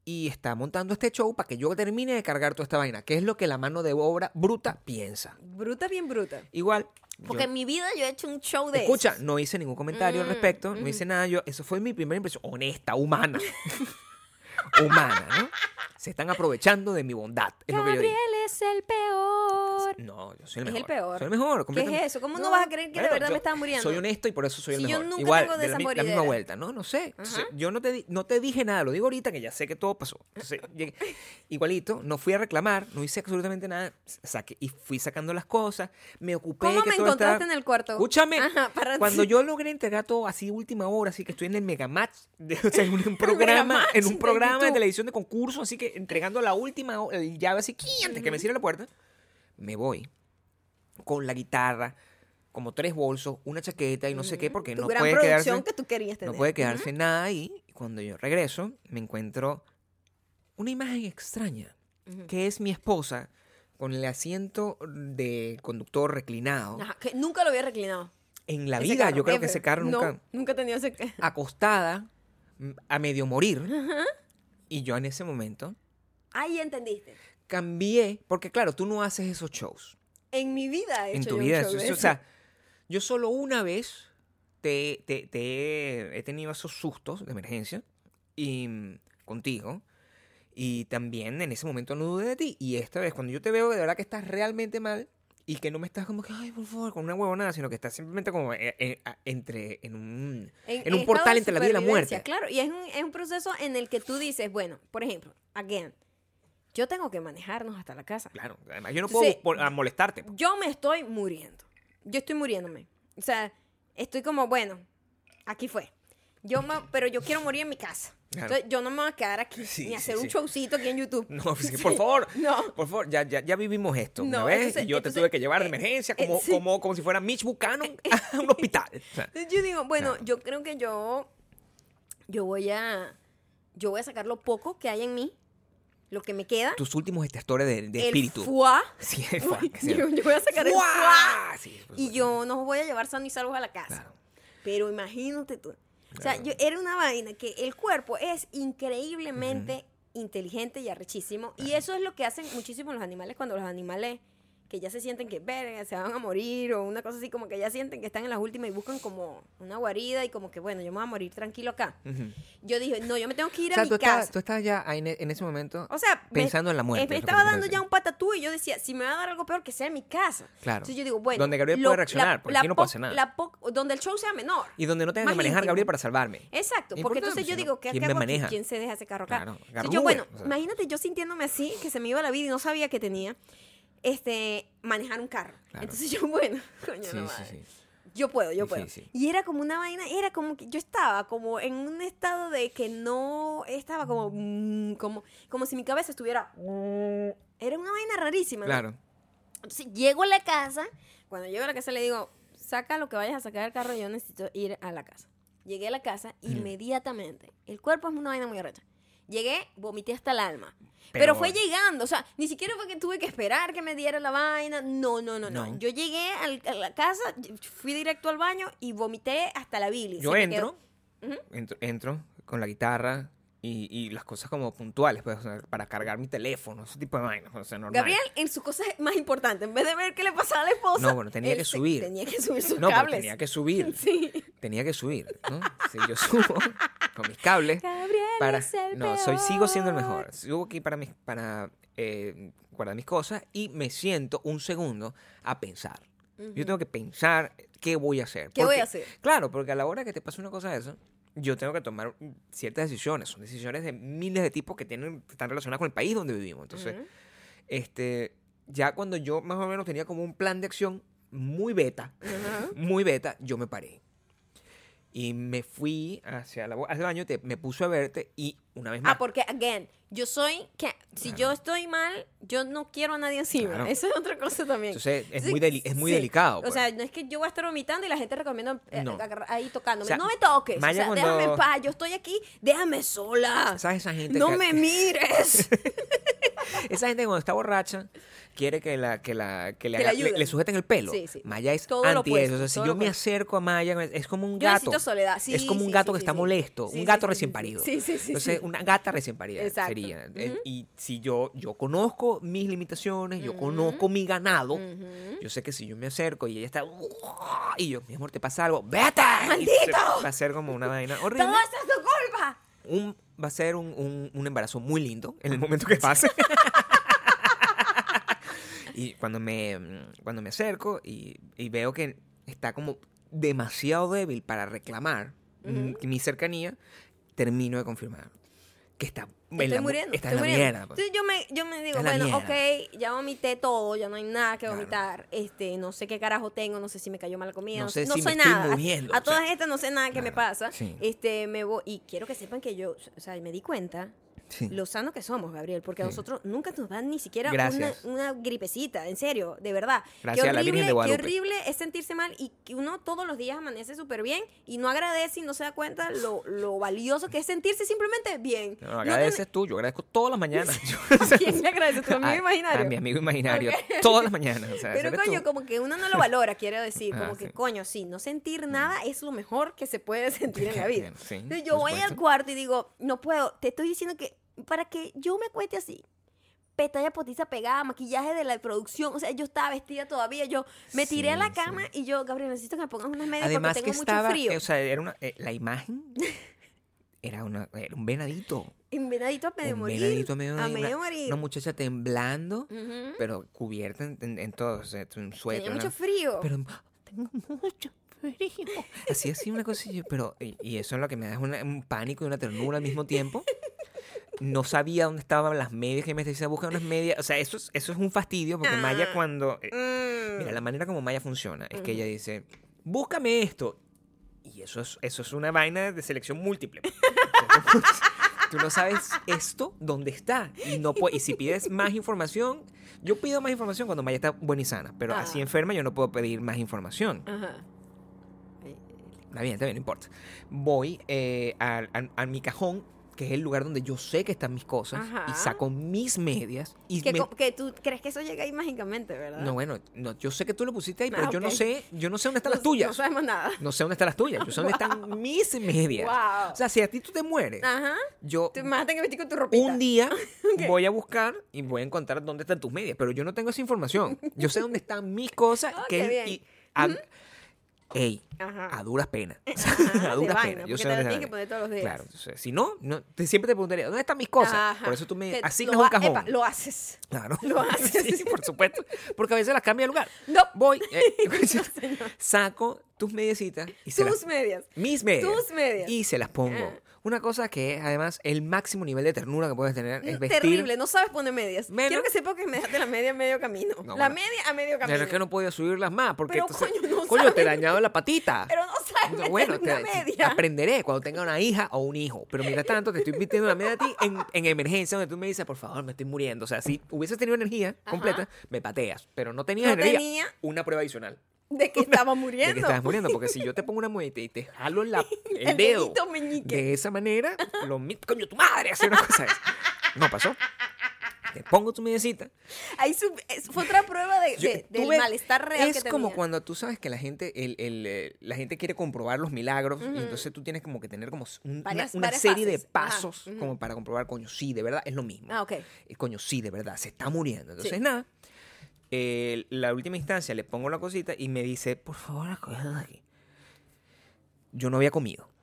B: y está montando este show para que yo termine de cargar toda esta vaina, que es lo que la mano de obra bruta piensa.
A: Bruta, bien bruta.
B: Igual, yo-
A: Porque en mi vida yo he hecho un show de
B: escucha,
A: esos.
B: no hice ningún comentario al
A: Mm,
B: respecto, no hice nada, yo, eso fue mi primera impresión, honesta, humana. humana, ¿no? Se están aprovechando de mi bondad, es lo que yo
A: Gabriel
B: digo.
A: es el peor.
B: No, yo soy el
A: Es
B: mejor.
A: el peor.
B: Soy el mejor. completamente.
A: eso? ¿Cómo no vas a creer que de verdad
B: yo
A: me estaba muriendo?
B: Soy honesto y por eso soy el
A: Si yo
B: mejor.
A: nunca
B: Igual,
A: tengo
B: de la, mi- la misma
A: desamboridera.
B: vuelta. No, no sé. Entonces, yo no te, di- no te dije nada. Lo digo ahorita que ya sé que todo pasó. Entonces, llegué- igualito, no fui a reclamar, no hice absolutamente nada. Saqué, y fui sacando las cosas. Me ocupé.
A: ¿Cómo
B: que
A: me
B: todo
A: encontraste
B: estaba-
A: en el cuarto?
B: Escúchame.
A: Ajá, para-
B: Cuando yo logré entregar todo así última hora, así que estoy en el Megamatch, de- o sea, en un programa,
A: Megamatch
B: en un
A: de
B: programa de
A: YouTube.
B: televisión de concurso, así que entregando la última ho- el llave así ¡qui! antes que me cierre la puerta, me voy con la guitarra, como tres bolsos, una chaqueta y no sé qué, porque
A: Tu
B: no
A: gran
B: puede
A: producción
B: quedarse
A: que tú querías tener.
B: no puede quedarse nada ahí. Y cuando yo regreso, me encuentro una imagen extraña, que es mi esposa con el asiento de conductor reclinado.
A: Ajá, que nunca lo había reclinado.
B: En la
A: Ese
B: vida,
A: carro,
B: yo creo que
A: ever.
B: ese carro
A: No,
B: nunca.
A: nunca he tenido ese. ca-
B: Acostada, m- a medio morir. Y yo en ese momento
A: Ahí entendiste.
B: cambié, porque claro, tú no haces esos shows.
A: En mi vida he
B: en
A: hecho
B: tu
A: yo un
B: vida.
A: show
B: eso-
A: de
B: eso- o
A: eso.
B: sea, yo solo una vez te, te- te he- he tenido esos sustos de emergencia y mm, contigo. Y también en ese momento no dudé de ti. Y esta vez, cuando yo te veo de verdad que estás realmente mal y que no me estás como que, ay, por favor, con una huevonada, sino que estás simplemente como eh, eh, a- entre, en un, en un
A: estado
B: portal
A: de
B: entre la vida y la
A: supervivencia,
B: muerte.
A: Claro, y es un, es un proceso en el que tú dices, bueno, por ejemplo, again, yo tengo que manejarnos hasta la casa.
B: Claro, además yo no puedo
A: Entonces,
B: por- a molestarte. pues.
A: Yo me estoy muriendo. Yo estoy muriéndome. O sea, estoy como, bueno, aquí fue. Yo ma- pero yo quiero morir en mi casa.
B: Claro.
A: Entonces, yo no me voy a quedar aquí
B: Sí,
A: ni
B: sí,
A: hacer un
B: sí.
A: showcito aquí en YouTube.
B: No, sí, por favor,
A: No.
B: por favor, ya, ya, ya vivimos esto una
A: No,
B: vez
A: entonces-
B: y yo te
A: entonces,
B: tuve que llevar de
A: eh,
B: emergencia
A: eh,
B: como,
A: sí.
B: como, como si fuera Mitch Buchanan a un hospital. O sea,
A: Entonces yo digo, bueno,
B: Claro.
A: yo creo que yo, yo voy a, yo voy a sacar lo poco que hay en mí, lo que me queda,
B: tus últimos gestores de, de
A: el
B: espíritu.
A: fuá.
B: Sí, el fuá, que se
A: Yo,
B: llama.
A: yo voy a sacar el
B: ¡Fuá!
A: fuá
B: Sí, pues, por
A: y
B: supuesto.
A: yo nos voy a llevar sano y salvos a la casa.
B: Claro.
A: Pero imagínate tú. O sea, yo, era una vaina que el cuerpo es increíblemente inteligente y arrechísimo. Y eso es lo que hacen muchísimo los animales cuando los animales que ya se sienten que verga, se van a morir o una cosa así, como que ya sienten que están en las últimas y buscan como una guarida y como que, bueno, yo me voy a morir tranquilo acá.
B: Ujú.
A: Yo dije, no, yo me tengo que ir
B: O sea,
A: a mi
B: tú
A: casa.
B: estabas, tú estabas ya ahí en, en ese momento
A: O sea, me-
B: pensando en la muerte.
A: eh, Me
B: es lo que
A: estaba
B: te
A: dando ya
B: quiero
A: un patatú y yo decía, si me va a dar algo peor, que sea en mi casa.
B: Claro.
A: Entonces yo digo, bueno.
B: Donde Gabriel puede reaccionar, porque aquí no puedo
A: poc-
B: hacer nada.
A: la poc- donde el show sea menor.
B: decir. Y donde no tenga
A: más
B: que manejar
A: íntimo.
B: Gabriel para salvarme.
A: Exacto,
B: No
A: porque
B: importa,
A: entonces yo
B: si no,
A: digo, ¿qué,
B: ¿quién
A: qué
B: me
A: hago aquí?
B: maneja?
A: ¿Quién se deja ese carro acá?
B: Claro,
A: Entonces
B: agarra un
A: yo,
B: Uber,
A: bueno,
B: o sea.
A: imagínate yo sintiéndome así, que se me iba la vida y no sabía que tenía, este, manejar un carro.
B: Claro.
A: Entonces yo, bueno, coño,
B: Sí,
A: la
B: sí,
A: madre.
B: sí.
A: Yo puedo, yo
B: Sí,
A: puedo.
B: sí.
A: Y era como una vaina, era como que yo estaba como en un estado de que no estaba como mm, como como si mi cabeza estuviera mm. era una vaina rarísima. ¿no?
B: Claro.
A: Entonces llego a la casa, cuando llego a la casa le digo, "Saca lo que vayas a sacar del carro, yo necesito ir a la casa." Llegué a la casa inmediatamente. El cuerpo es una vaina muy arrecha. Llegué, vomité hasta el alma. Pero,
B: Pero-
A: fue llegando, o sea, ni siquiera fue que tuve que esperar que me diera la vaina. No, no, no, no.
B: No.
A: Yo llegué al- a la casa, fui directo al baño y vomité hasta la bilis.
B: Yo
A: Se me
B: entro,
A: quedó-
B: entro, entro con la guitarra y, y las cosas como puntuales, pues, o sea, para cargar mi teléfono, ese tipo de vainas, o sea, normal.
A: Gabriel, en su cosa más importante, en vez de ver qué le pasaba a la esposa.
B: No, bueno, tenía
A: él
B: que
A: se-
B: subir.
A: Tenía que subir sus
B: no, pero
A: cables.
B: tenía que subir,
A: Sí.
B: tenía que subir, ¿no? Si yo subo con mis cables
A: Gabriel
B: para,
A: es el
B: no, soy sigo siendo el
A: peor.
B: mejor. Subo aquí para mis, para eh, guardar mis cosas y me siento un segundo a pensar. Yo tengo que pensar qué voy a hacer.
A: ¿Qué voy a hacer?
B: Claro, porque a la hora que te pasa una cosa de eso, yo tengo que tomar ciertas decisiones. Son decisiones de miles de tipos que tienen, están relacionadas con el país donde vivimos. Entonces,
A: Ujú.
B: este, ya cuando yo más o menos tenía como un plan de acción muy beta,
A: Ah,
B: muy beta, yo me paré. Y me fui hacia, la, bo- hacia el baño, te- me puse a verte y una vez más.
A: Ah, porque, again, yo soy que si yo estoy mal, yo no quiero a nadie encima.
B: Claro.
A: Eso es otra cosa también.
B: Entonces, es
A: Sí,
B: muy deli- es muy
A: sí.
B: delicado,
A: O
B: pues.
A: sea, no es que yo voy a estar vomitando y la gente recomienda eh,
B: No.
A: agarrar- ahí tocándome.
B: O sea,
A: no me toques. O
B: Maya
A: sea,
B: cuando-
A: déjame en paz. Yo estoy aquí, déjame sola.
B: ¿Sabes esa gente
A: No
B: que-
A: me mires.
B: Esa gente cuando está borracha quiere que la que la que le,
A: Que la
B: haga- le-
A: ayuden.
B: le sujeten el pelo.
A: Sí, sí.
B: Maya es
A: Todo lo
B: anti eso. O sea,
A: opuesto,
B: si
A: todo
B: yo
A: lo
B: me
A: opuesto.
B: acerco a Maya, es como un
A: Yo
B: gato.
A: necesito soledad. Sí,
B: es como un
A: sí,
B: gato
A: sí,
B: que
A: sí,
B: está
A: sí.
B: molesto,
A: Sí,
B: un
A: sí,
B: gato
A: sí,
B: recién
A: sí.
B: parido.
A: Sí, sí, sí, sí.
B: Entonces, una gata recién parida
A: Exacto.
B: sería. Eh, Y si yo yo conozco mis limitaciones, yo conozco mi ganado, yo sé que si yo me acerco y ella está y yo, mi amor, te pasa algo, vete. Y se-
A: ¡Maldito!
B: Va a ser como una vaina horrible.
A: Todo esto es tu culpa.
B: Un, va a ser un, un- un embarazo muy lindo en el momento que pase. y cuando me, mm, cuando me acerco y, y veo que está como demasiado débil para reclamar mm, mi cercanía, termino de confirmar que está en
A: Estoy
B: la mu-
A: muriendo.
B: está en
A: estoy
B: la
A: muriendo.
B: mierda, pues.
A: Entonces yo me, yo me digo,
B: Está en la
A: bueno,
B: mierda.
A: ok, ya vomité todo, ya no hay nada que
B: Claro.
A: vomitar. Este, no sé qué carajo tengo, no sé si me cayó mala comida,
B: No
A: no,
B: sé
A: no
B: si
A: soy
B: me estoy
A: nada. A-
B: muriendo,
A: a,
B: o sea,
A: todas estas no sé nada que me
B: claro,
A: pasa.
B: sí.
A: Este, me voy y quiero que sepan que yo, o sea, me di cuenta
B: Sí.
A: lo sano que somos, Gabriel, porque a nosotros nunca nos dan ni siquiera una,
B: Gracias.
A: una gripecita, en serio, de verdad.
B: Gracias a la Virgen de
A: qué
B: Guadalupe.
A: horrible es sentirse mal y que uno todos los días amanece súper bien y no agradece y no se da cuenta lo, lo valioso que es sentirse simplemente bien.
B: No,
A: No
B: agradeces tú, yo agradezco todas las mañanas.
A: ten- ¿A quién le agradece? ¿Tu amigo
B: A- A,
A: imaginario?
B: mi amigo imaginario. Todas las mañanas. o sea,
A: Pero
B: eres tú.
A: coño, como que uno no lo valora, quiero decir,
B: Ah,
A: como que
B: sí.
A: coño, sí, no sentir nada es lo mejor que se puede sentir en la vida.
B: Sí,
A: Entonces, yo
B: por
A: voy al
B: supuesto.
A: cuarto y digo, no puedo, te estoy diciendo que para que yo me cuente así. Pestaña potiza pegada, maquillaje de la producción. O sea, yo estaba vestida todavía. Yo me tiré a
B: Sí,
A: la
B: sí.
A: cama y yo, Gabriel, necesito que me pongas unas medias
B: Además
A: porque
B: que
A: tengo mucho
B: estaba,
A: frío.
B: eh, o sea, era una, eh, la imagen era, una, era un venadito.
A: un venadito a medio
B: un
A: morir.
B: venadito a medio
A: a
B: morir,
A: medio
B: una,
A: morir.
B: una muchacha temblando,
A: Ujú.
B: pero cubierta en, en, en todo, o sea, un suéter.
A: Tenía
B: una-
A: mucho frío.
B: Pero ¡ah! tengo mucho frío. Así, así, una cosa. y yo, pero, y, y eso es lo que me da es una- un pánico y una ternura al mismo tiempo. No sabía dónde estaban las medias que me decía, busca unas medias. O sea, eso es, eso es un fastidio
A: Ah.
B: porque Maya cuando... eh,
A: Mm.
B: Mira, la manera como Maya funciona es que ella dice, búscame esto. Y eso es, eso es una vaina de selección múltiple. Entonces, Tú no sabes esto, dónde está. Y, no pue- y si pides más información, yo pido más información cuando Maya está buena y sana, pero así
A: Ah.
B: enferma yo no puedo pedir más información.
A: Ajá. Ay,
B: Está bien, está bien, no importa. Voy eh, al- al- a, mi cajón, que es el lugar donde yo sé que están mis cosas,
A: Ajá.
B: y saco mis medias. Y
A: Que,
B: me-
A: co- que tú crees que eso llega ahí mágicamente, ¿verdad?
B: No, bueno, no, yo sé que tú lo pusiste ahí,
A: Ah,
B: pero yo no
A: ok.
B: sé, yo no sé dónde están
A: No-
B: las tuyas.
A: No sabemos nada.
B: No sé dónde están las tuyas. Yo sé dónde están mis medias.
A: Wow. Ah,
B: O sea, si a ti tú te mueres,
A: Ajá.
B: yo
A: Tú más tengo que vestir con tu ropita.
B: un día voy a buscar y voy a encontrar dónde están tus medias. Pero yo no tengo esa información. Yo sé dónde están mis cosas.
A: Ah,
B: que
A: qué
B: es-
A: bien.
B: y- a- Ey,
A: Ajá.
B: a duras penas.
A: Ajá,
B: a
A: de
B: duras
A: vaina,
B: penas. Yo
A: porque
B: sé
A: te
B: dónde
A: la tienes que
B: están.
A: poner
B: las medias.
A: todos los días.
B: Claro, o sea, si no, no te- siempre te preguntaría, ¿dónde están mis cosas?
A: Ajá.
B: Por eso tú me
A: Que
B: asignas
A: lo
B: un
A: ha-
B: cajón.
A: epa, lo haces.
B: Claro.
A: Lo haces.
B: Sí, por supuesto. Porque a veces las cambia de lugar.
A: No.
B: Voy, eh,
A: señor.
B: saco tus mediecitas y se
A: Tus
B: las-
A: medias.
B: mis medias.
A: Tus medias.
B: Y se las pongo.
A: Ah.
B: Una cosa que es, además, el máximo nivel de ternura que puedes tener es
A: Mm,
B: vestir.
A: Terrible, no sabes poner medias.
B: Menos-
A: Quiero que sepa que me dejaste la media a medio camino.
B: No,
A: la
B: bueno.
A: media a medio camino.
B: Pero es que no podía subirlas más porque
A: Pero,
B: entonces-
A: coño, no
B: te
A: sabes.
B: he dañado la patita.
A: Pero no sabes
B: No,
A: meter
B: bueno, te-
A: una media.
B: aprenderé cuando tenga una hija o un hijo. Pero mientras tanto, te estoy pidiendo una media a ti en, en emergencia donde tú me dices, por favor, me estoy muriendo. O sea, si hubieses tenido energía completa, me pateas. Pero no tenías
A: No
B: energía.
A: tenía.
B: Una prueba adicional.
A: De que estaba
B: De
A: muriendo.
B: que estabas muriendo. Porque si yo te pongo una muñeca y te jalo la- el,
A: El
B: dedo
A: dedito meñique.
B: de esa manera, lo mi- coño, tu madre, hacer una cosa de esa. No pasó. Te pongo tu mediecita.
A: Ahí sub- es- fue otra prueba de,
B: Yo-
A: de-
B: tú
A: del
B: ves,
A: malestar real
B: es
A: que
B: como
A: tenía.
B: cuando tú sabes que la gente el, el, eh, la gente quiere comprobar los milagros y entonces tú tienes como que tener como s- un- una-
A: Varias-
B: una,
A: varias
B: serie
A: fases.
B: de
A: Ajá,
B: pasos como para comprobar coño sí de verdad es lo mismo
A: Ah, ok.
B: Eh, coño sí de verdad se está muriendo entonces
A: Sí.
B: nada eh, la última instancia le pongo la cosita y me dice por favor acoged de aquí yo no había comido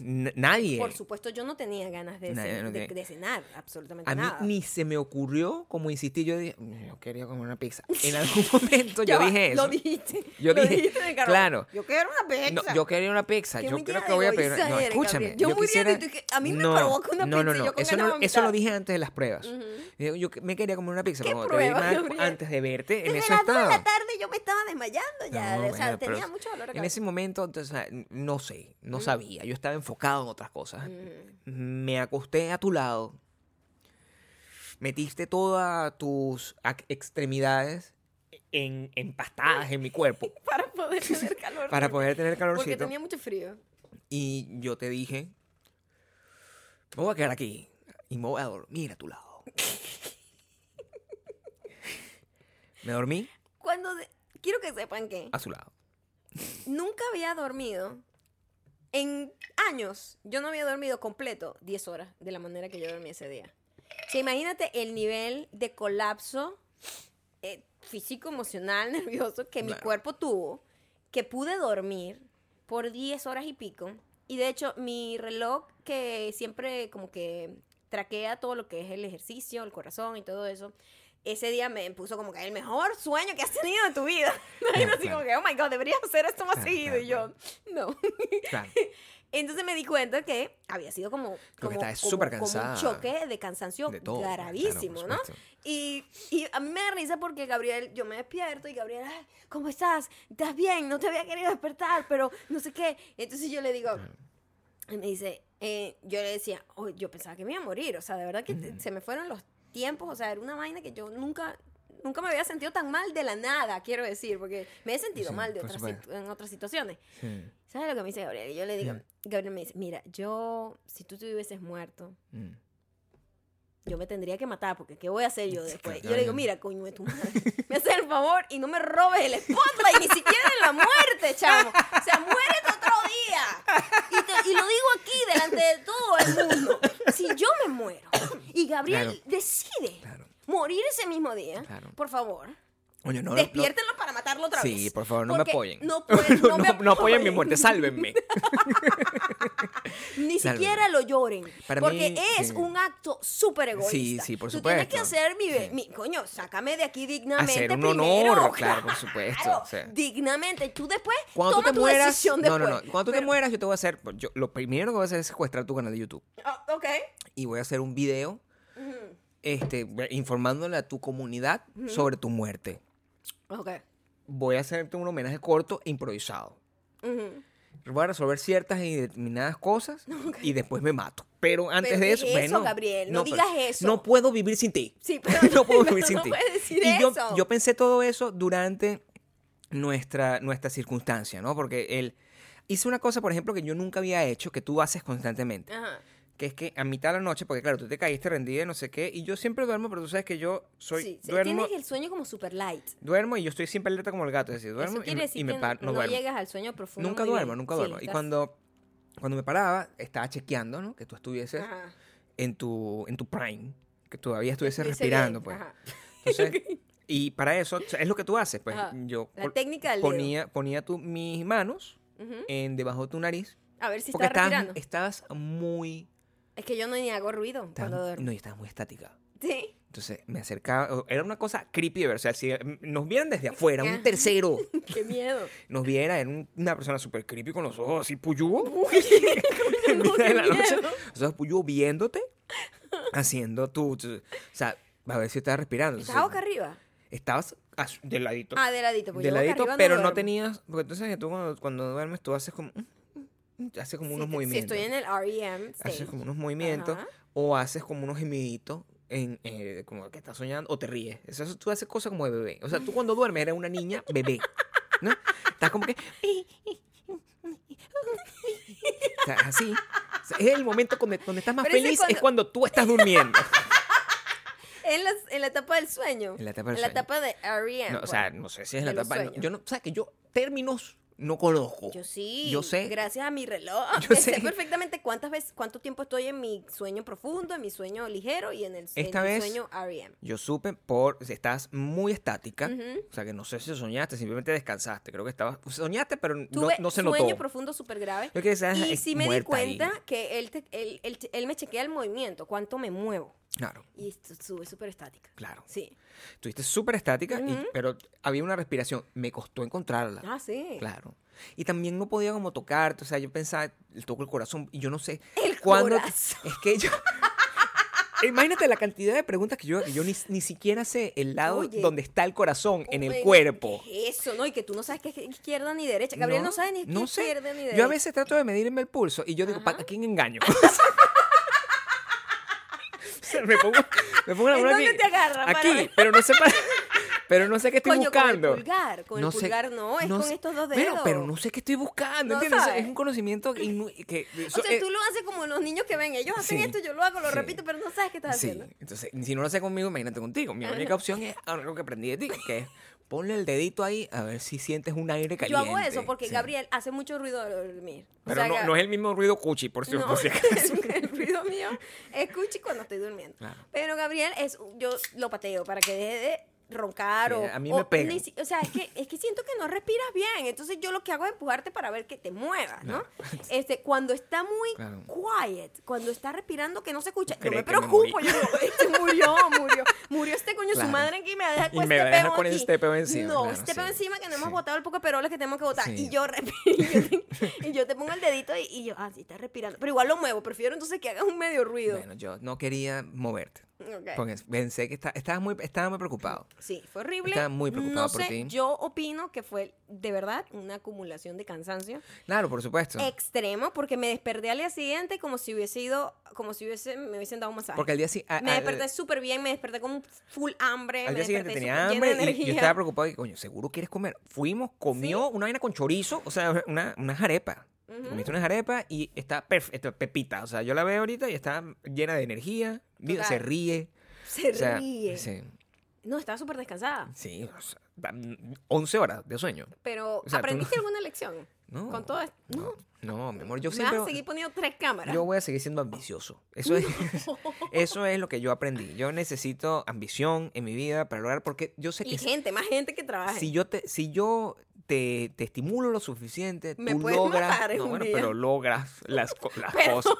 B: N- nadie
A: Por supuesto, yo no tenía ganas de,
B: Nadie
A: ce-
B: no
A: de-
B: tiene-
A: de cenar, absolutamente
B: a mí
A: nada.
B: ni se me ocurrió como insistí yo dije, "Mm, yo quería comer una pizza en algún momento
A: Ya
B: yo
A: va,
B: dije eso
A: Lo dijiste.
B: Yo
A: lo
B: dije,
A: dijiste de carón.
B: claro.
A: Yo quiero una pizza.
B: No, yo quería una pizza.
A: Qué
B: Yo
A: mentira
B: creo que voy a
A: de
B: pedir.
A: egoísta
B: No,
A: eres,
B: escúchame.
A: Gabriel. Yo muriendo y
B: quisiera-
A: tú que a mí me provoca una
B: no, no,
A: pizza y
B: no,
A: yo con
B: eso,
A: ganas
B: no
A: de
B: eso lo
A: vomitar.
B: dije antes de las pruebas. Yo- Yo que- me quería comer una pizza.
A: ¿Qué
B: Como
A: pruebas,
B: te vi mal
A: Gabriel?
B: antes de verte, en
A: Desde
B: eso
A: las dos de
B: estaba.
A: la tarde yo me estaba desmayando ya.
B: No,
A: o sea,
B: bueno, pero
A: tenía mucho dolor de
B: En
A: cabeza.
B: ese momento, entonces, o sea, no sé, no sabía. Yo estaba enfocado en otras cosas.
A: Mm.
B: Me acosté a tu lado. Metiste todas tus ac- extremidades en, empastadas en mi cuerpo
A: Para poder tener calor.
B: para poder tener
A: Porque
B: calorcito.
A: tenía mucho frío.
B: Y yo te dije, me voy a quedar aquí y me voy a dormir a tu lado. me dormí
A: Cuando de- Quiero que sepan que
B: a su lado.
A: nunca había dormido. En años yo no había dormido completo 10 horas de la manera que yo dormí ese día. O sea, imagínate el nivel de colapso eh, físico, emocional, nervioso que mi
B: Claro.
A: cuerpo tuvo, que pude dormir por 10 horas y pico. Y de hecho, mi reloj, que siempre como que traquea todo lo que es el ejercicio, el corazón y todo eso, ese día me puso como que el mejor sueño que has tenido en tu vida. Y
B: Claro,
A: así como
B: claro.
A: que, oh my God, deberías hacer esto más
B: Claro,
A: seguido.
B: claro,
A: y yo, no.
B: Claro.
A: Entonces me di cuenta que había sido como,
B: Creo
A: como,
B: que estás
A: como-
B: súper
A: como
B: cansada
A: un choque de cansancio
B: de todo, pues,
A: gravísimo,
B: claro, por
A: ¿no?
B: supuesto.
A: Y, y a mí me da risa porque Gabriel, yo me despierto y Gabriel, "Ay, ¿cómo estás? ¿Estás bien? No te había querido despertar, pero no sé qué. Entonces yo le digo, Y me dice, eh, yo le decía, "Oh, yo pensaba que me iba a morir, o sea, de verdad que
B: Mm.
A: te- se me fueron los tiempos, o sea, era una vaina que yo nunca, nunca me había sentido tan mal de la nada, quiero decir, porque me he sentido
B: Sí,
A: mal de
B: por
A: otras
B: supuesto.
A: situ- en otras situaciones.
B: Sí.
A: ¿Sabes lo que me dice Gabriel? Y yo le digo,
B: Mm.
A: Gabriel me dice, mira, yo, si tú te hubieses muerto,
B: Mm.
A: yo me tendría que matar, porque ¿qué voy a hacer yo
B: Sí,
A: después? Y
B: claro.
A: yo le digo, mira, coño de tu madre, me haces el favor y no me robes el spotlight, ni siquiera en la muerte, chamo. O sea, muérete otro día. Y, te- y lo digo aquí, delante de todo el mundo. Si yo me muero y Gabriel
B: Claro.
A: decide
B: Claro.
A: morir ese mismo día,
B: Claro.
A: por favor,
B: Coño, no, no-
A: despiértenlo para matarlo otra
B: Sí,
A: vez.
B: por favor, no me
A: Porque
B: apoyen.
A: No, pueden- no me
B: no, no apoyen mi muerte, sálvenme.
A: Ni
B: Sálvame.
A: siquiera lo lloren.
B: Para
A: porque
B: mí,
A: es
B: sí.
A: un acto súper egoísta.
B: Sí, sí, por
A: Tú tienes que
B: supuesto.
A: hacer mi, be-
B: Sí.
A: mi- Coño, sácame de aquí dignamente.
B: Hacer un
A: primero.
B: honor, claro, por supuesto,
A: Claro,
B: o sea.
A: Dignamente. Tú después.
B: Cuando
A: toma
B: tú te
A: tu
B: mueras,
A: decisión
B: no, no, no.
A: después.
B: Cuando tú te mueras, yo te voy a hacer, yo, lo primero que voy a hacer es secuestrar tu canal de YouTube
A: Ah, ok.
B: y voy a hacer un video, este, informándole a tu comunidad sobre tu muerte.
A: Ok.
B: Voy a hacerte un homenaje corto e improvisado.
A: Ujú.
B: Voy a resolver ciertas y determinadas cosas y después me mato. Pero antes
A: Pero
B: de
A: ¿qué
B: eso,
A: es eso,
B: bueno,
A: Gabriel? No digas eso.
B: No puedo vivir sin ti.
A: Sí, pero
B: no puedo
A: no
B: vivir sin ti.
A: puedes decir
B: y yo,
A: eso.
B: yo pensé todo eso durante nuestra, nuestra circunstancia, ¿no? Porque él hice una cosa, por ejemplo, que yo nunca había hecho, que tú haces constantemente,
A: Ajá.
B: que es que a mitad de la noche, porque claro, tú te caíste rendida, y no sé qué, y yo siempre duermo, pero tú sabes que yo soy
A: Sí, sí,
B: duermo,
A: Tienes el sueño como super light.
B: duermo y yo estoy siempre alerta como el gato, es decir, duermo
A: Eso
B: y
A: quiere
B: me,
A: decir
B: y me
A: que
B: paro, no
A: no
B: duermo.
A: llegas al sueño profundo.
B: Nunca
A: muy
B: duermo,
A: bien.
B: nunca
A: Sí,
B: duermo. Y
A: estás-
B: cuando, cuando me paraba, estaba chequeando, ¿no? Que tú estuvieses
A: Ajá.
B: en tu, en tu prime, que todavía estuvieses
A: Estuviese
B: respirando,
A: bien,
B: pues.
A: ajá.
B: Entonces, y para eso, o sea, es lo que tú haces, pues.
A: Ajá.
B: Yo
A: La
B: pon-
A: técnica del dedo.
B: ponía, ponía tu- mis manos
A: Ujú.
B: en debajo de tu nariz.
A: A ver si
B: porque
A: estás
B: estabas,
A: respirando.
B: estabas muy.
A: Es que yo no ni hago ruido
B: estabas-
A: cuando duermo.
B: no, y estabas muy estática.
A: Sí.
B: Entonces me acercaba, o- era una cosa creepy, de ver, o sea, si eh, nos vieran desde afuera,
A: Ajá.
B: un tercero
A: Qué miedo.
B: nos viera, era un- una persona súper creepy con los ojos así puyú, en
A: no,
B: mitad de
A: qué
B: la noche,
A: miedo.
B: los ojos puyú viéndote, haciendo tu, tu- o sea, a ver si estabas respirando.
A: ¿Estás boca
B: Entonces,
A: arriba?
B: estabas as- de ladito.
A: Ah, de ladito. Porque
B: de
A: yo boca
B: ladito,
A: arriba
B: pero no
A: duermo.
B: tenías. Porque entonces tú cuando, cuando duermes, tú haces como. mm, mm, Haces como
A: Si
B: unos
A: te-
B: movimientos.
A: Si estoy en el E REM, stage,
B: haces como unos movimientos.
A: Ajá.
B: O haces como unos gemiditos. En, eh, como que estás soñando. O te ríes. Eso, eso tú haces cosas como de bebé. O sea, tú cuando duermes eres una niña bebé. ¿No? Estás como que. O sea, así. O sea, es el momento donde, donde estás más
A: Pero ese es
B: feliz.
A: cuando-
B: Es cuando tú estás durmiendo.
A: en, las- en la etapa del sueño.
B: En la etapa del
A: En la
B: sueño.
A: etapa de REM.
B: No, o
A: pues.
B: sea, no sé si es la
A: de los
B: etapa. no,
A: sueños.
B: yo no, o sea, que yo términos no conozco.
A: yo sí.
B: Yo sé.
A: Gracias a mi reloj.
B: Yo
A: Yo
B: sé.
A: sé perfectamente cuántas veces, cuánto tiempo estoy en mi sueño profundo, en mi sueño ligero y en el, en
B: Esta
A: mi
B: vez-
A: sueño E REM.
B: Yo supe por. Estás muy estática.
A: Ujú.
B: O sea, que no sé si soñaste, simplemente descansaste. Creo que estabas. Soñaste, pero no,
A: Tuve
B: no se
A: sueño
B: notó.
A: profundo súper grave.
B: Yo que esa
A: y
B: es
A: sí me di
B: muerta ahí.
A: cuenta que él, te- él- él- él me chequea el movimiento, cuánto me muevo.
B: Claro,
A: Y esto- sube súper estática.
B: claro.
A: Sí.
B: Estuviste súper estática, y- pero había una respiración. Me costó encontrarla.
A: Ah, sí.
B: Claro. Y también no podía como tocarte. O sea, yo pensaba, le toco el corazón. Y yo no sé.
A: El
B: cuándo-
A: corazón.
B: Es que yo. Imagínate la cantidad de preguntas que yo, que yo ni, ni siquiera sé el lado
A: Oye.
B: donde está el corazón en el
A: Bueno,
B: cuerpo.
A: ¿qué es Eso, ¿no? Y que tú no sabes qué es izquierda ni derecha. Este, Gabriel no, sabe ni qué
B: no
A: es
B: sé.
A: izquierda ni derecha.
B: Yo a veces trato de medirme el pulso y yo digo, ¿para quién engaño? O sea, me pongo, me pongo la
A: ¿En
B: mano
A: dónde
B: aquí,
A: te agarra para
B: aquí,
A: ver?
B: pero no sé para- pero no sé qué estoy
A: Coño, con el
B: buscando.
A: pulgar, con el
B: sé-
A: pulgar no, es con
B: sé-
A: estos dos
B: Bueno, pero
A: dedos.
B: no sé qué estoy buscando,
A: No
B: ¿entiendes?
A: sabes.
B: Es un conocimiento inu- que...
A: O
B: so-
A: sea,
B: eh,
A: tú lo haces como los niños que ven. Ellos hacen
B: sí,
A: esto, yo lo hago, lo
B: sí.
A: repito, pero no sabes qué estás
B: Sí,
A: haciendo.
B: entonces, si no lo sé conmigo, imagínate contigo. Mi única opción es algo que aprendí de ti, que es ponle el dedito ahí a ver si sientes un aire
A: Yo
B: caliente.
A: hago eso porque
B: Sí.
A: Gabriel hace mucho ruido al dormir. O
B: Pero
A: sea,
B: no,
A: Gab-
B: no es el mismo ruido cuchi, por, si-
A: No,
B: por si acaso.
A: el ruido mío es cuchi cuando estoy durmiendo.
B: Claro.
A: Pero Gabriel es, yo lo pateo para que deje de roncar
B: Sí,
A: o
B: a mí
A: o
B: me pegan.
A: ni si- o sea, es que, es que siento que no respiras bien, entonces yo lo que hago es empujarte para ver que te muevas, ¿no? Este, cuando está muy
B: Claro.
A: quiet, cuando está respirando que no se escucha, yo
B: Cree
A: me
B: que me
A: preocupo,
B: morí.
A: yo digo, este murió, murió, murió este coño
B: Claro.
A: su madre aquí y me deja con
B: Y me
A: este
B: deja
A: peo
B: con
A: aquí.
B: este peo encima,
A: No,
B: claro,
A: este peo
B: sí.
A: encima que no hemos
B: Sí.
A: botado el poco peroles que tenemos que botar
B: Sí.
A: y yo repito, y yo te pongo el dedito y, y yo, ah, sí, está respirando. Pero igual lo muevo, prefiero entonces que hagas un medio ruido.
B: Bueno, yo no quería moverte.
A: Ok.
B: Porque pensé que está, estaba, muy, estaba muy preocupado.
A: Sí, fue horrible.
B: Estaba muy preocupado
A: no
B: por
A: sé,
B: ti.
A: Yo opino que fue de verdad una acumulación de cansancio
B: Claro, por supuesto.
A: extremo porque me desperté al día siguiente como si hubiese ido, como si hubiese, me hubiesen dado un masaje.
B: Porque al día, si- a-
A: me
B: al-
A: desperté súper bien, me desperté con full hambre.
B: al
A: me
B: día siguiente
A: desperté
B: tenía
A: súper llena de
B: hambre y yo
A: energía.
B: estaba preocupado. Y, coño, seguro quieres comer. Fuimos, comió una vaina con chorizo, o sea, una, unas arepas.
A: Ujú.
B: Comiste unas arepas y está perfecta, pepita. O sea, yo la veo ahorita y está llena de energía. Digo, se
A: Total.
B: ríe.
A: Se
B: o sea,
A: ríe.
B: Sí,
A: No, estaba súper descansada.
B: sí, o sea, dan 11 horas de sueño.
A: Pero,
B: O sea, tú
A: ¿aprendiste
B: no-
A: alguna lección?
B: No.
A: Con todo esto. No.
B: No, no, mi amor, yo
A: me
B: siempre.
A: vas a seguir poniendo tres cámaras.
B: Yo voy a seguir siendo ambicioso. Eso es, eso es lo que yo aprendí. Yo necesito ambición en mi vida para lograr, porque yo sé que
A: y gente, más gente que trabaje.
B: si yo te, si yo te, te estimulo lo suficiente,
A: Me
B: tú
A: puedes
B: logras.
A: matar
B: no,
A: un
B: bueno,
A: día.
B: pero logras las, co- las
A: Pero-
B: cosas.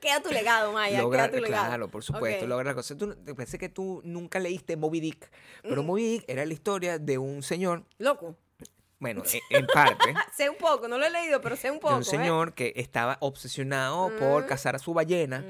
A: Queda tu legado, Maya.
B: Lograr,
A: queda tu legado.
B: claro, por supuesto,
A: Ok.
B: lograr las cosas. Tú no- te- pensé que tú nunca leíste Moby Dick,
A: Mm.
B: pero Moby Dick era la historia de un señor,
A: Loco.
B: bueno, e- en parte,
A: Sé un poco, no lo he leído, pero sé un
B: de
A: poco. ¿eh? Mm.
B: un señor que estaba obsesionado por cazar a su ballena.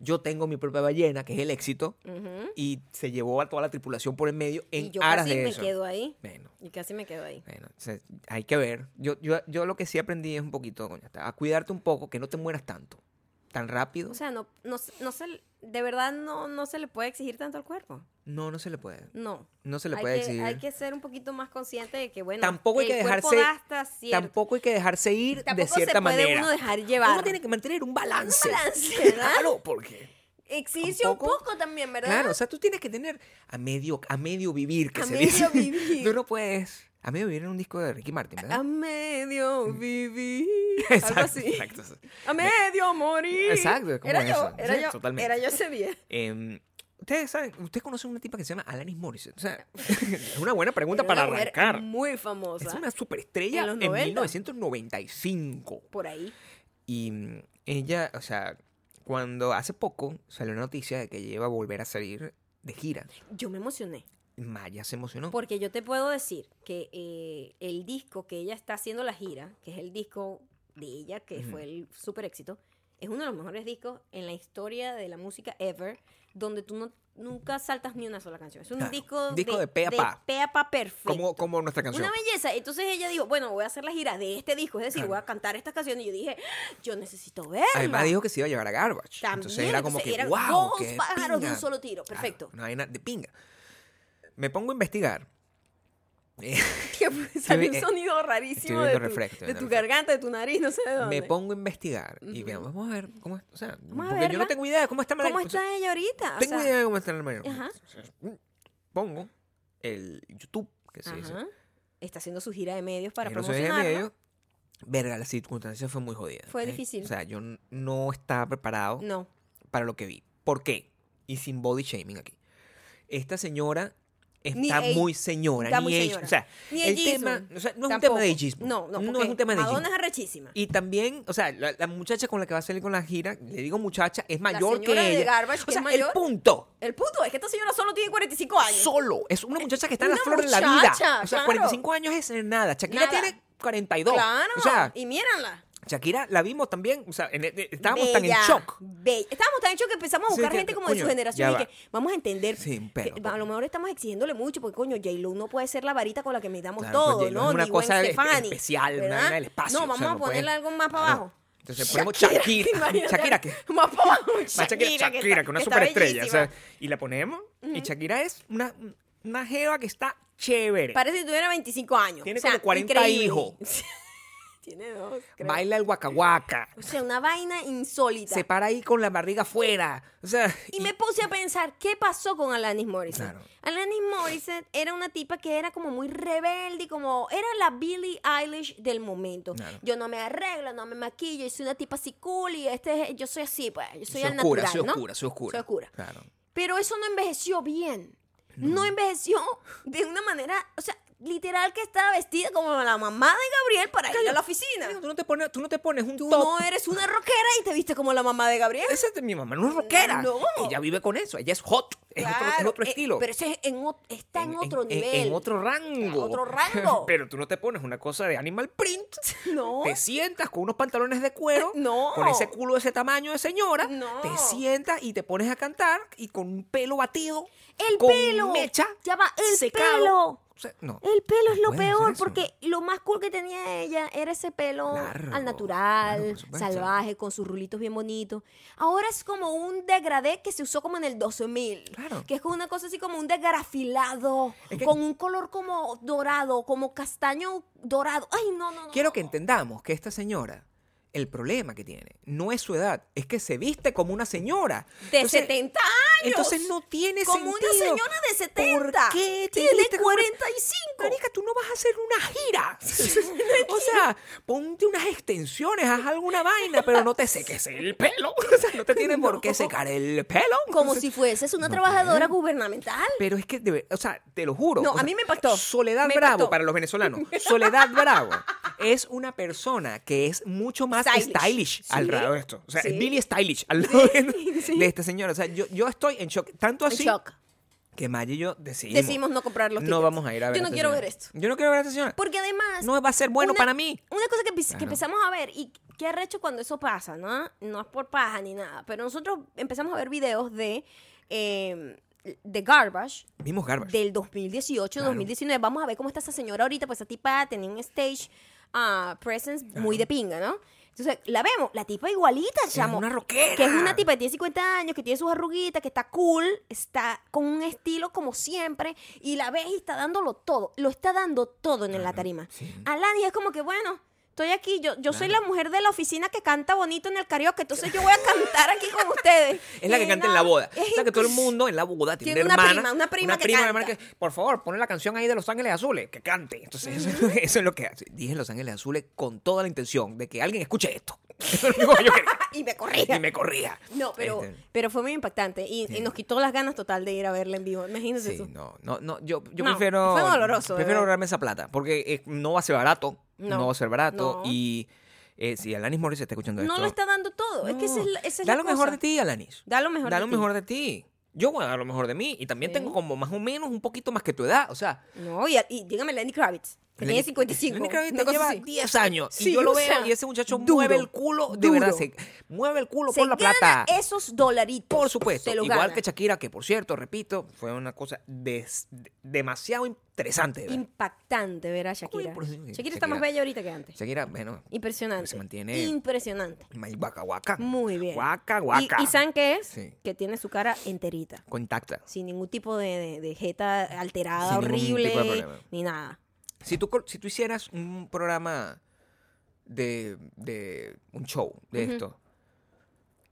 B: Yo tengo mi propia ballena, que es el éxito,
A: ¿eh? Ujú.
B: y se llevó a toda la tripulación por el medio en
A: y yo
B: aras
A: casi
B: de
A: me
B: eso.
A: quedo ahí.
B: Bueno,
A: Y casi me quedo ahí.
B: bueno, o sea, hay que ver. Yo, yo, yo lo que sí aprendí es un poquito, coño, a cuidarte un poco, que no te mueras tanto, tan rápido.
A: O sea, no, no, se- no se, de verdad no, no se le puede exigir tanto al cuerpo.
B: no, no se le puede.
A: No.
B: No se le
A: hay
B: puede
A: que,
B: exigir.
A: Hay que ser un poquito más consciente de que, bueno,
B: Tampoco hay
A: el
B: que
A: cuerpo
B: dejarse-
A: da hasta cierto.
B: Tampoco hay que dejarse ir de
A: Tampoco
B: cierta
A: se puede
B: manera.
A: uno dejar llevar.
B: Uno tiene que mantener un balance.
A: Un balance, ¿verdad?
B: Claro, porque.
A: Exige un
B: tampoco-
A: poco también, ¿verdad?
B: Claro, o sea, tú tienes que tener a medio, a medio vivir, que
A: A
B: se
A: medio
B: dice.
A: vivir.
B: Tú no puedes. A medio vivir en un disco de Ricky Martin, ¿verdad?
A: A medio vivir.
B: Exacto,
A: algo así.
B: exacto.
A: A medio morir.
B: Exacto, es como
A: era
B: eso.
A: yo, era
B: Sí,
A: yo.
B: totalmente.
A: Era yo ese día.
B: Em, ustedes saben, ustedes conocen una tipa que se llama Alanis Morissette. O sea, es una buena pregunta
A: Era
B: para
A: una mujer
B: arrancar.
A: Muy famosa.
B: Es una superestrella
A: en los
B: en,
A: 90.
B: 1995.
A: Por ahí.
B: Y mm, ella, o sea, cuando hace poco salió la noticia de que ella iba a volver a salir de gira,
A: Yo me emocioné.
B: Maya se emocionó.
A: Porque yo te puedo decir que eh, el disco que ella está haciendo la gira, que es el disco de ella, que fue el super éxito, es uno de los mejores discos en la historia de la música ever, donde tú no, nunca saltas ni una sola canción. Es un
B: Claro,
A: disco,
B: disco de pe a pa.
A: pe a pa perfecto.
B: como, como nuestra canción.
A: Una belleza. Entonces ella dijo, bueno, voy a hacer la gira de este disco, es decir, voy a cantar estas canciones. Y yo dije, yo necesito verla.
B: Además dijo que se iba a llevar a Garbage.
A: También,
B: entonces era como
A: entonces
B: que,
A: eran
B: wow,
A: dos
B: qué
A: pájaros de un
B: pinga".
A: solo tiro.
B: Claro,
A: Perfecto.
B: una vaina de pinga. Me pongo a investigar. Eh,
A: Salió un
B: eh,
A: sonido rarísimo
B: viendo
A: de tu,
B: refresco, estoy
A: de tu
B: viendo
A: garganta, de tu nariz, no sé de dónde.
B: me pongo a investigar y veamos, vamos a ver cómo es. O sea,
A: a
B: porque yo
A: verla.
B: no tengo idea de cómo está Mariah.
A: ¿Cómo
B: o sea,
A: está ella ahorita? O
B: tengo
A: sea,
B: idea de cómo está el Mariah.
A: Ajá.
B: Pongo el YouTube, que se dice.
A: ajá. Está haciendo su gira de medios para
B: Yo no soy de
A: promocionarlo.
B: medio. Verga, la circunstancia fue muy jodida.
A: Fue
B: ¿ok?
A: difícil.
B: O sea, yo n- no estaba preparado
A: No.
B: para lo que vi. ¿Por qué? Y sin body shaming aquí. Esta señora
A: Ni
B: está
A: age-
B: muy señora,
A: está
B: ni
A: muy
B: age-
A: señora.
B: O sea,
A: Ni
B: el
A: ageismo.
B: tema, o sea, no es un
A: Tampoco.
B: tema de ageismo.
A: No, no,
B: no
A: porque
B: es un tema de ageismo.
A: Madonna es arrechísima.
B: Y también, o sea, la, la muchacha con la que va a salir con la gira, le digo muchacha, es mayor que
A: señora de
B: ella.
A: Garbage,
B: o
A: que
B: sea,
A: es mayor.
B: el punto.
A: El punto es que esta señora solo tiene 45 años.
B: Solo. Es una muchacha que está en la
A: Una
B: flor de la vida. O sea,
A: muchacha, claro.
B: 45 años es nada. Shakira
A: Nada.
B: tiene 42.
A: Claro.
B: O sea,
A: y mírenla.
B: Shakira la vimos también, o sea, en- en- estábamos tan en
A: Bella,
B: shock.
A: bella. Estábamos tan en shock que empezamos a
B: Sí,
A: buscar
B: que-
A: gente como de
B: coño,
A: su generación
B: ya
A: y
B: va.
A: que vamos a entender.
B: Sí, pero,
A: que a lo mejor estamos exigiéndole mucho porque, coño, J-Lo no puede ser la varita con la que medamos
B: Claro,
A: todo,
B: pues, J-Lo
A: ¿no?
B: es una
A: Ni Gwen
B: cosa es-
A: Stefani,
B: especial, una
A: ¿verdad?
B: vaina del
A: No,
B: espacio, o sea,
A: vamos a
B: no puede-
A: ponerle algo más para
B: Claro.
A: abajo.
B: Entonces ponemos Shakira.
A: imagínate,
B: Shakira, que-
A: Más para abajo.
B: Más Shakira, Shakira, que,
A: está-
B: una
A: está
B: superestrella. o sea,
A: bellísima.
B: y la ponemos, y Shakira es una, una jeva que está chévere.
A: Parece que tuviera 25 años.
B: Tiene
A: o sea,
B: como 40
A: increíble.
B: hijos.
A: Tiene dos, creo.
B: Baila el guacahuaca.
A: O sea, una vaina insólita.
B: Se para ahí con la barriga afuera. O sea,
A: Y me puse a pensar, ¿qué pasó con Alanis Morissette?
B: Claro.
A: Alanis Morissette era una tipa que era como muy rebelde, y como era la Billie Eilish del momento.
B: Claro.
A: Yo no me arreglo, no me maquillo, yo soy una tipa así cool y este es- yo soy así, pues, yo soy,
B: soy
A: al
B: oscura,
A: natural,
B: soy
A: ¿no?
B: oscura, soy oscura.
A: Soy oscura.
B: Claro.
A: Pero eso no envejeció bien. No envejeció de una manera, o sea, literal que estaba vestida como la mamá de Gabriel para ir a la oficina.
B: Marico, Tú no te pones, tú no te pones un
A: Tú
B: top.
A: no eres una rockera y te viste como la mamá de Gabriel.
B: Esa es mi mamá, no es rockera.
A: No.
B: Ella vive con eso, ella es hot. Es otro, es
A: Claro,
B: otro
A: eh,
B: estilo.
A: pero ese es en ot- está en, otro
B: en-
A: nivel.
B: En otro rango.
A: otro rango.
B: pero tú no te pones una cosa de animal print.
A: No.
B: Te sientas con unos pantalones de cuero.
A: No.
B: Con ese culo de ese tamaño de señora.
A: No.
B: Te sientas y te pones a cantar y con un pelo batido.
A: El
B: con
A: pelo.
B: Mecha.
A: Ya va, el
B: secado.
A: pelo.
B: O sea, no.
A: El pelo es lo
B: puedes hacer
A: peor,
B: eso.
A: porque lo más cool que tenía ella era ese pelo
B: Largo,
A: al natural,
B: claro, por supuesto.
A: salvaje, con sus rulitos bien bonitos. Ahora es como un degradé que se usó como en el 2000,
B: Claro.
A: que es como una cosa así como un degrafilado,
B: Es que-
A: con un color como dorado, como castaño dorado. Ay, no, no, no.
B: Quiero que entendamos que esta señora, el problema que tiene, no es su edad, es que se viste como una señora.
A: De
B: Entonces,
A: 70 años.
B: Entonces no tiene
A: Como
B: sentido.
A: una señora de 70.
B: ¿Por qué te
A: Tiene
B: viste como-
A: 45.
B: Marica, tú no vas a hacer una gira. o sea, ponte unas extensiones, haz alguna vaina, pero no te seques el pelo. O sea, no te tiene por qué
A: No.
B: secar el pelo.
A: Como si fueses una
B: No
A: trabajadora
B: puede.
A: gubernamental.
B: Pero es que, de ver- o sea, te lo juro.
A: No,
B: o
A: a
B: sea,
A: mí me impactó.
B: Soledad
A: Me
B: Bravo,
A: impactó.
B: para los venezolanos. Soledad Bravo es una persona que es mucho más
A: Stylish.
B: stylish,
A: Sí.
B: al lado de esto. O sea,
A: Sí.
B: es Billie Stylish al lado de,
A: sí.
B: de esta señora. O sea, yo, yo estoy en shock. Tanto
A: En
B: así
A: shock.
B: que Maya y yo decidimos.
A: Decidimos no comprar los
B: No
A: tickets.
B: vamos a ir a ver
A: Yo
B: a
A: no
B: esta
A: quiero
B: señora.
A: ver esto.
B: Yo no quiero ver a este esta señora.
A: Porque además.
B: No va a ser bueno
A: una-
B: para mí.
A: Una cosa que, pis- que
B: Claro.
A: empezamos a ver, y qué arrecho cuando eso pasa, ¿no? No es por paja ni nada. Pero nosotros empezamos a ver videos de. eh, de Garbage
B: Vimos Garbage.
A: del 2018,
B: Claro.
A: 2019. Vamos a ver cómo está esa señora ahorita, pues esa tipa tenía un stage ah, presence muy de pinga, ¿no? Entonces, la vemos, la tipa igualita, chamo.
B: una rockera.
A: Que es una tipa que tiene 50 años, que tiene sus arruguitas, que está cool, está con un estilo como siempre, y la ves y está dándolo todo. Lo está dando todo en la tarima.
B: sí.
A: Alani es como que, bueno, estoy aquí, yo, yo soy la mujer de la oficina que canta bonito en el karaoke, entonces yo voy a cantar aquí con ustedes.
B: Es la que
A: Y
B: canta en
A: no,
B: la boda.
A: es
B: o sea, que todo el
A: incus-
B: mundo en la boda tiene,
A: Tiene
B: una
A: una
B: hermana.
A: prima, una prima que
B: una hermana
A: canta.
B: que, por favor, pon la canción ahí de Los Ángeles Azules, que cante. Entonces, eso, es lo que- eso es lo que hace. Dije Los Ángeles Azules con toda la intención de que alguien escuche esto. Eso es lo que yo quería.
A: Y me corría.
B: Y me corría.
A: No, pero,
B: Este,
A: pero fue muy impactante y, y nos quitó las ganas total de ir a verla en vivo. Imagínense
B: Sí,
A: eso.
B: no, no, no, yo, yo
A: No,
B: prefiero.
A: fue doloroso, de
B: Prefiero
A: verdad.
B: ahorrarme esa plata, porque eh, no va a ser barato.
A: No,
B: No, va a ser barato.
A: no.
B: Y eh, si Alanis Morris está escuchando
A: No
B: esto.
A: lo está dando todo. Es que esa es la, esa es
B: Mm. da
A: la
B: lo mejor
A: cosa.
B: de ti, Alanis.
A: Da lo mejor
B: da
A: de
B: lo
A: ti.
B: mejor de ti. Yo voy a dar lo mejor de mí. Y también tengo como más o menos un poquito más que tu edad. O sea,
A: No, y, y dígame Lenny Kravitz, que tiene
B: Lenny-
A: 55.
B: Lenny Kravitz
A: una cosa
B: lleva
A: así.
B: 10 años.
A: Sí,
B: y yo lo
A: o
B: veo
A: sea,
B: y ese muchacho
A: duro,
B: mueve el culo. De verdad,
A: duro.
B: se mueve el culo
A: Se
B: por la
A: gana
B: plata.
A: esos dolaritos.
B: Por supuesto.
A: Se los
B: Igual
A: gana.
B: que Shakira, que por cierto, repito, fue una cosa des- de- demasiado interesante. de ver.
A: Impactante ver a Shakira.
B: Uy, por eso-
A: Shakira, está más
B: Shakira.
A: bella ahorita que antes.
B: Shakira, bueno,
A: Impresionante.
B: Se mantiene-
A: Impresionante.
B: my- guaca, guaca.
A: Muy bien.
B: Guaca,
A: Y-
B: guaca.
A: ¿Y, saben qué es?
B: Sí.
A: Que tiene su cara enterita.
B: Contacta.
A: Sin ningún tipo de, de- de jeta alterada,
B: Sin ningún tipo de
A: horrible,
B: problema.
A: ni nada.
B: Si tú, col- si tú hicieras un programa de, de un show de esto,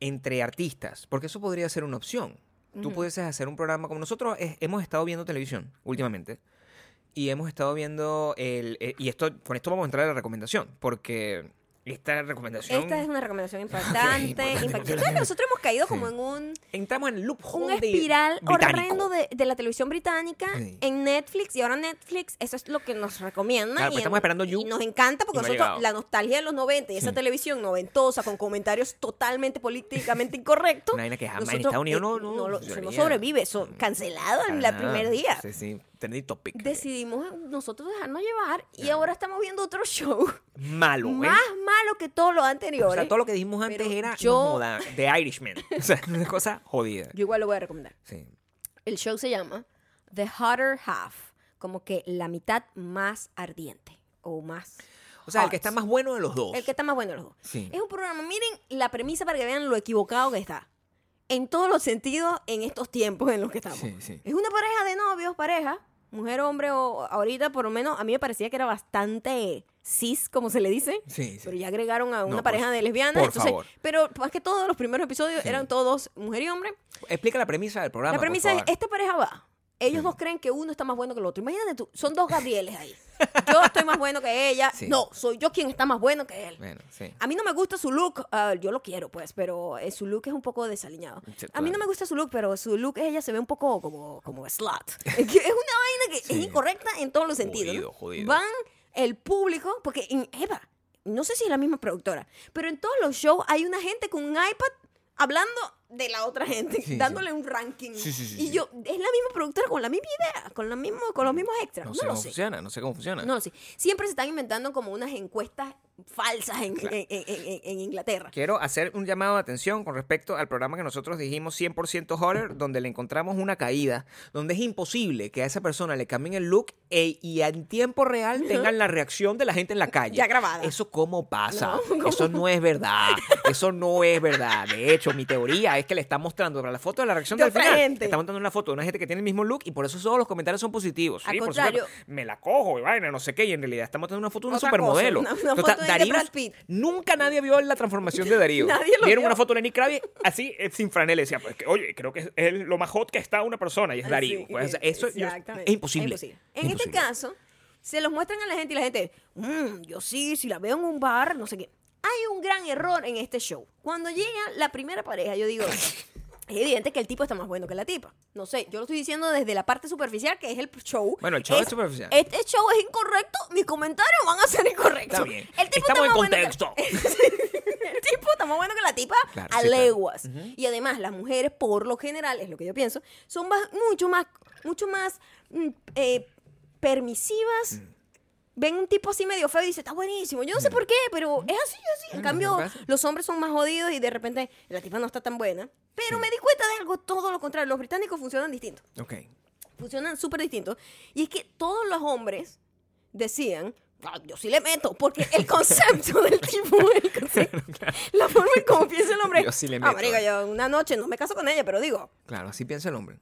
B: entre artistas, porque eso podría ser una opción. Tú pudieses hacer un programa como nosotros eh, hemos estado viendo televisión últimamente. Y hemos estado viendo el... eh, y esto con esto vamos a entrar a la recomendación, porque esta recomendación...
A: Esta es una recomendación impactante.
B: importante,
A: impactante.
B: importante.
A: ¿Sabes que nosotros hemos caído como en un,
B: Entramos en el
A: un
B: loophole de-
A: espiral
B: británico.
A: horrendo de, de la televisión británica
B: Sí.
A: en Netflix? Y ahora Netflix, eso es lo que nos recomienda. y,
B: Claro, pues estamos esperando You,
A: y nos encanta porque
B: y no ha
A: nosotros,
B: llegado.
A: la nostalgia de los 90 y esa televisión noventosa con comentarios totalmente políticamente incorrectos.
B: Una vaina que jamás en
A: nosotros,
B: Estados Unidos no-
A: eh,
B: no
A: lo- se
B: funcionaría.
A: nos sobrevive. Son cancelado en el
B: Ah,
A: primer día.
B: Sí, sí, trending topic.
A: Decidimos nosotros dejarnos llevar y ahora estamos viendo otro show
B: Malo, ¿eh?
A: más malo que todo lo anterior.
B: Pues, O sea,
A: ¿eh?
B: todo lo que dijimos antes
A: Pero
B: era
A: yo-
B: no joda, The Irishman. O sea, una cosa jodida.
A: Yo igual lo voy a recomendar.
B: Sí.
A: El show se llama The Hotter Half, como que la mitad más ardiente o más.
B: O sea, el
A: hot.
B: que está más bueno de los dos.
A: El que está más bueno de los dos.
B: Sí.
A: Es un programa, miren la premisa para que vean lo equivocado que está. En todos los sentidos, en estos tiempos en los que estamos.
B: Sí, sí.
A: Es una pareja de novios, pareja, mujer, hombre, o ahorita por lo menos a mí me parecía que era bastante cis, como se le dice.
B: Sí, sí.
A: Pero ya agregaron a una
B: por
A: pareja
B: fa-
A: de lesbianas.
B: por
A: entonces-
B: favor.
A: Pero más que todos los primeros episodios
B: Sí.
A: eran todos mujer y hombre.
B: Explica la premisa del programa.
A: La premisa es, esta pareja va Ellos dos creen que uno está más bueno que el otro. Imagínate tú, son dos Gabrieles ahí. Yo estoy más bueno que ella.
B: Sí.
A: No, soy yo quien está más bueno que él.
B: Bueno, sí.
A: A mí no me gusta su look. Ah, yo lo quiero, pues, pero eh, su look es un poco desaliñado.
B: Sí,
A: A mí no
B: claro.
A: me gusta su look, pero su look ella se ve un poco como, como slot. Es que es una vaina que
B: Sí.
A: es incorrecta en todos los sentidos. ¿no?
B: Jodido, jodido.
A: Van el público, porque en Eva, no sé si es la misma productora, pero en todos los shows hay una gente con un iPad hablando de la otra gente,
B: Sí,
A: dándole un ranking.
B: Sí, sí, sí,
A: y
B: sí.
A: yo, es la misma productora con la misma idea, con, la mismo, con los mismos extras.
B: No
A: No,
B: sé
A: lo
B: cómo
A: sé.
B: funciona, no sé cómo funciona.
A: No, sí. Siempre se están inventando como unas encuestas falsas en, en- en- en- en Inglaterra.
B: Quiero hacer un llamado de atención con respecto al programa que nosotros dijimos 100% horror, donde le encontramos una caída, donde es imposible que a esa persona le cambien el look e- y en tiempo real tengan la reacción de la gente en la calle.
A: Ya grabada.
B: ¿Eso cómo pasa? Eso no es verdad. Eso no es verdad. De hecho, mi teoría es que le está mostrando para la foto de la reacción
A: De
B: del
A: otra
B: final.
A: gente.
B: Está mostrando una foto de una gente que tiene el mismo look y por eso todos los comentarios son positivos.
A: Al
B: Sí, por
A: contrario.
B: supuesto. Me la cojo y vaina, no sé qué. Y en realidad está mostrando una foto de un
A: Otra
B: supermodelo.
A: cosa, una- una
B: Total,
A: foto de Brad Pitt.
B: Nunca nadie vio la transformación de Darío.
A: Nadie lo
B: Vieron
A: vio.
B: una foto de Lenny Kravitz así, eh, sin franela. y Decía, pues, que, oye, creo que es el- lo más hot que está una persona y es Darío.
A: Sí,
B: Pues,
A: eh,
B: eso yo-
A: exactamente.
B: es
A: En
B: imposible.
A: este
B: Imposible.
A: caso, se los muestran a la gente y la gente, "Mm, yo sí, si la veo en un bar, no sé qué. Hay un gran error en este show. Cuando llega la primera pareja, yo digo, es evidente que el tipo está más bueno que la tipa. No sé, yo lo estoy diciendo desde la parte superficial, que es el show.
B: Bueno, el show es
A: Es-
B: superficial.
A: Este show es incorrecto, mis comentarios van a ser incorrectos.
B: Está bien.
A: El tipo
B: Estamos
A: está
B: en
A: más bueno que-
B: contexto.
A: el tipo está más bueno que la tipa
B: Claro,
A: a
B: sí, claro.
A: leguas. Y además, las mujeres, por lo general, es lo que yo pienso, son más- mucho más, mucho más mm, eh, permisivas.
B: Mm.
A: Ven un tipo así medio feo y dice, está buenísimo. Yo no sé por qué, pero es así, es así. En
B: Bueno,
A: cambio,
B: ¿qué pasa?
A: los hombres son más jodidos y de repente la tipa no está tan buena. Pero me di cuenta de algo todo lo contrario. Los británicos funcionan distinto
B: Ok.
A: funcionan súper distintos. Y es que todos los hombres decían, "Ah, yo sí le meto, porque el concepto del tipo, el concepto- la forma en cómo piensa el hombre.
B: Yo sí le
A: "Ah,
B: meto".
A: marico, yo una noche no me caso con ella, pero digo,
B: Claro, así piensa el
A: Mm,
B: hombre.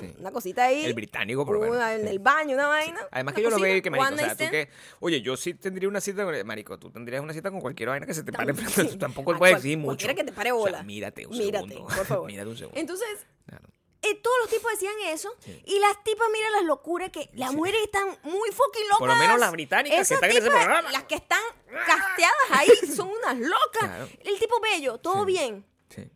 B: Sí.
A: una cosita ahí.
B: El británico, por lo menos.
A: una En el baño, una vaina.
B: Además
A: una
B: que yo lo
A: cosita,
B: veo y que marico,
A: one
B: o sea,
A: night
B: tú
A: stand.
B: que, oye, yo sí tendría una cita con, marico, tú tendrías una cita con cualquier vaina que se te pare
A: Tam-
B: enfrente,
A: sí.
B: tú tampoco
A: Ah,
B: puedes
A: cual-
B: decir mucho.
A: Cualquiera que te pare
B: O sea,
A: bola.
B: mírate un
A: Mírate,
B: segundo.
A: por favor.
B: mírate un segundo.
A: Entonces,
B: Claro.
A: eh, todos los tipos decían eso. Y las tipas, mira las locuras que las mujeres están muy fucking locas.
B: Por lo menos las británicas que
A: Esas
B: están en ese
A: tipas,
B: programa.
A: Las que están casteadas ahí son unas locas.
B: Claro.
A: El tipo bello, todo
B: Sí.
A: bien.
B: Sí.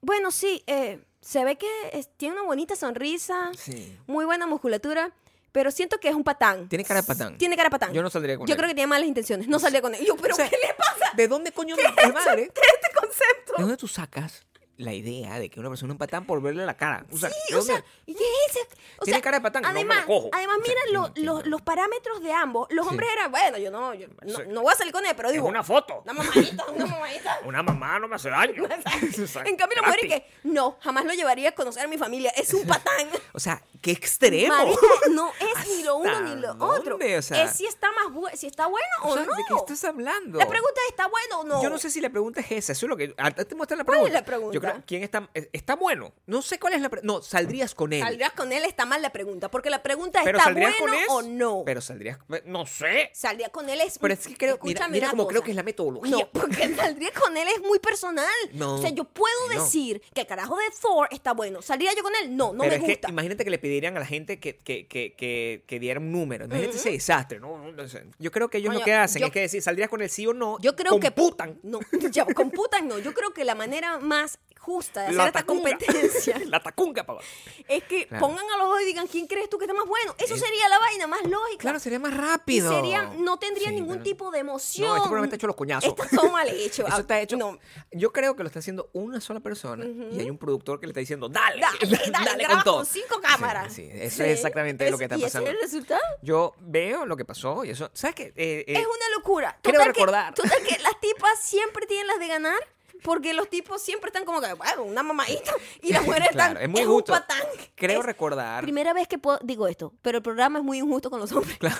A: Bueno, sí, eh, se ve que es- tiene una bonita sonrisa,
B: Sí.
A: muy buena musculatura, pero siento que es un patán.
B: Tiene cara de patán.
A: Tiene cara de patán.
B: Yo no saldría con
A: Yo
B: él.
A: creo que tiene malas intenciones. No saldría con él. Yo, pero
B: O sea,
A: ¿qué le pasa?
B: ¿De dónde coño
A: ¿Qué es
B: me
A: eso?
B: madre?
A: ¿Qué es este concepto?
B: ¿De dónde tú sacas la idea de que una persona es un patán por verle la cara? O sea,
A: Sí,
B: ¿de
A: o
B: dónde?
A: sea, ¿y qué es ese? O
B: Tiene
A: sea,
B: cara de patán, no me
A: Además,
B: la cojo.
A: además
B: O sea,
A: mira
B: no
A: lo-
B: entiendo.
A: los, los parámetros de ambos. Los hombres eran, bueno, yo no, yo no, no voy a salir con él, pero
C: Es
A: digo,
C: una foto.
A: una mamadita, una mamadita.
C: Una mamá no me hace daño.
A: en cambio, la mujer y que, no, jamás lo llevaría a conocer a mi familia. Es un patán.
B: O sea, qué extremo.
A: Marico, no es ni lo uno
B: ¿Hasta
A: ni lo
B: dónde?
A: otro.
B: O sea-
A: es si está más bu- si está bueno o,
B: O sea,
A: no.
B: ¿de qué estás hablando?
A: La pregunta es, ¿está bueno o no?
B: Yo no sé si la pregunta es esa. Eso es lo que. Antes te muestran la
A: ¿Cuál
B: pregunta.
A: es la pregunta?
B: Yo creo, ¿quién está. eh, Está bueno. No sé cuál es la pregunta. No, saldrías con él.
A: Saldrías con él, está mal la pregunta. Porque la pregunta es,
B: pero
A: ¿está
B: saldrías
A: bueno
B: con él.
A: o no?
B: Pero saldrías. eh,
C: No sé.
A: Saldría con él es.
B: Pero es que creo- mira-
A: Escúchame
B: mira
A: una
B: cómo
A: cosa.
B: creo que es la metodología.
A: No, porque saldría con él es muy personal.
B: No.
A: O sea, yo puedo
B: Ay, no.
A: decir que el carajo de Thor está bueno. ¿Saldría yo con él? No, no
B: pero
A: me
B: es
A: gusta.
B: que imagínate que le pidieran a la gente que, que, que, que, que diera un número. Imagínate ese desastre. ¿no? No, no sé. Yo creo que ellos lo
A: Coño,
B: que hacen
A: yo-
B: es que decir, ¿saldrías con él sí o no?
A: yo creo que.
B: computan.
A: No, ya, computan no. Yo creo que la manera más justa de hacer
B: La
A: esta
B: tacunga.
A: competencia
B: La tacunga, papá.
A: es que
B: Claro.
A: pongan a los dos y digan quién crees tú que está más bueno. Eso sería la vaina más lógica.
B: Claro, sería más
A: Y
B: rápido.
A: sería, no tendría
B: Sí,
A: ningún
B: pero-
A: tipo de emoción.
B: No, este programa está hecho los coñazos.
A: Estas son mal hechos.
B: Eso está hecho.
A: No.
B: Yo creo que lo está haciendo una sola persona y hay un productor que le está diciendo, dale,
A: Dale, dale, graba
B: todo".
A: con cinco cámaras.
B: Sí, sí, eso es exactamente lo que está
A: ¿y ese
B: pasando.
A: es el resultado?
B: Yo veo lo que pasó y eso, ¿sabes qué? Eh, eh,
A: es una locura.
B: quiero
A: Total que-
B: recordar.
A: total que las tipas siempre tienen las de ganar. Porque los tipos siempre están como que, bueno, una mamadita. Y las mujeres
B: claro,
A: están,
B: es muy
A: es
B: justo.
A: un patán.
B: Creo
A: Es
B: recordar.
A: Primera vez que puedo- digo esto, pero el programa es muy injusto con los hombres.
B: Claro.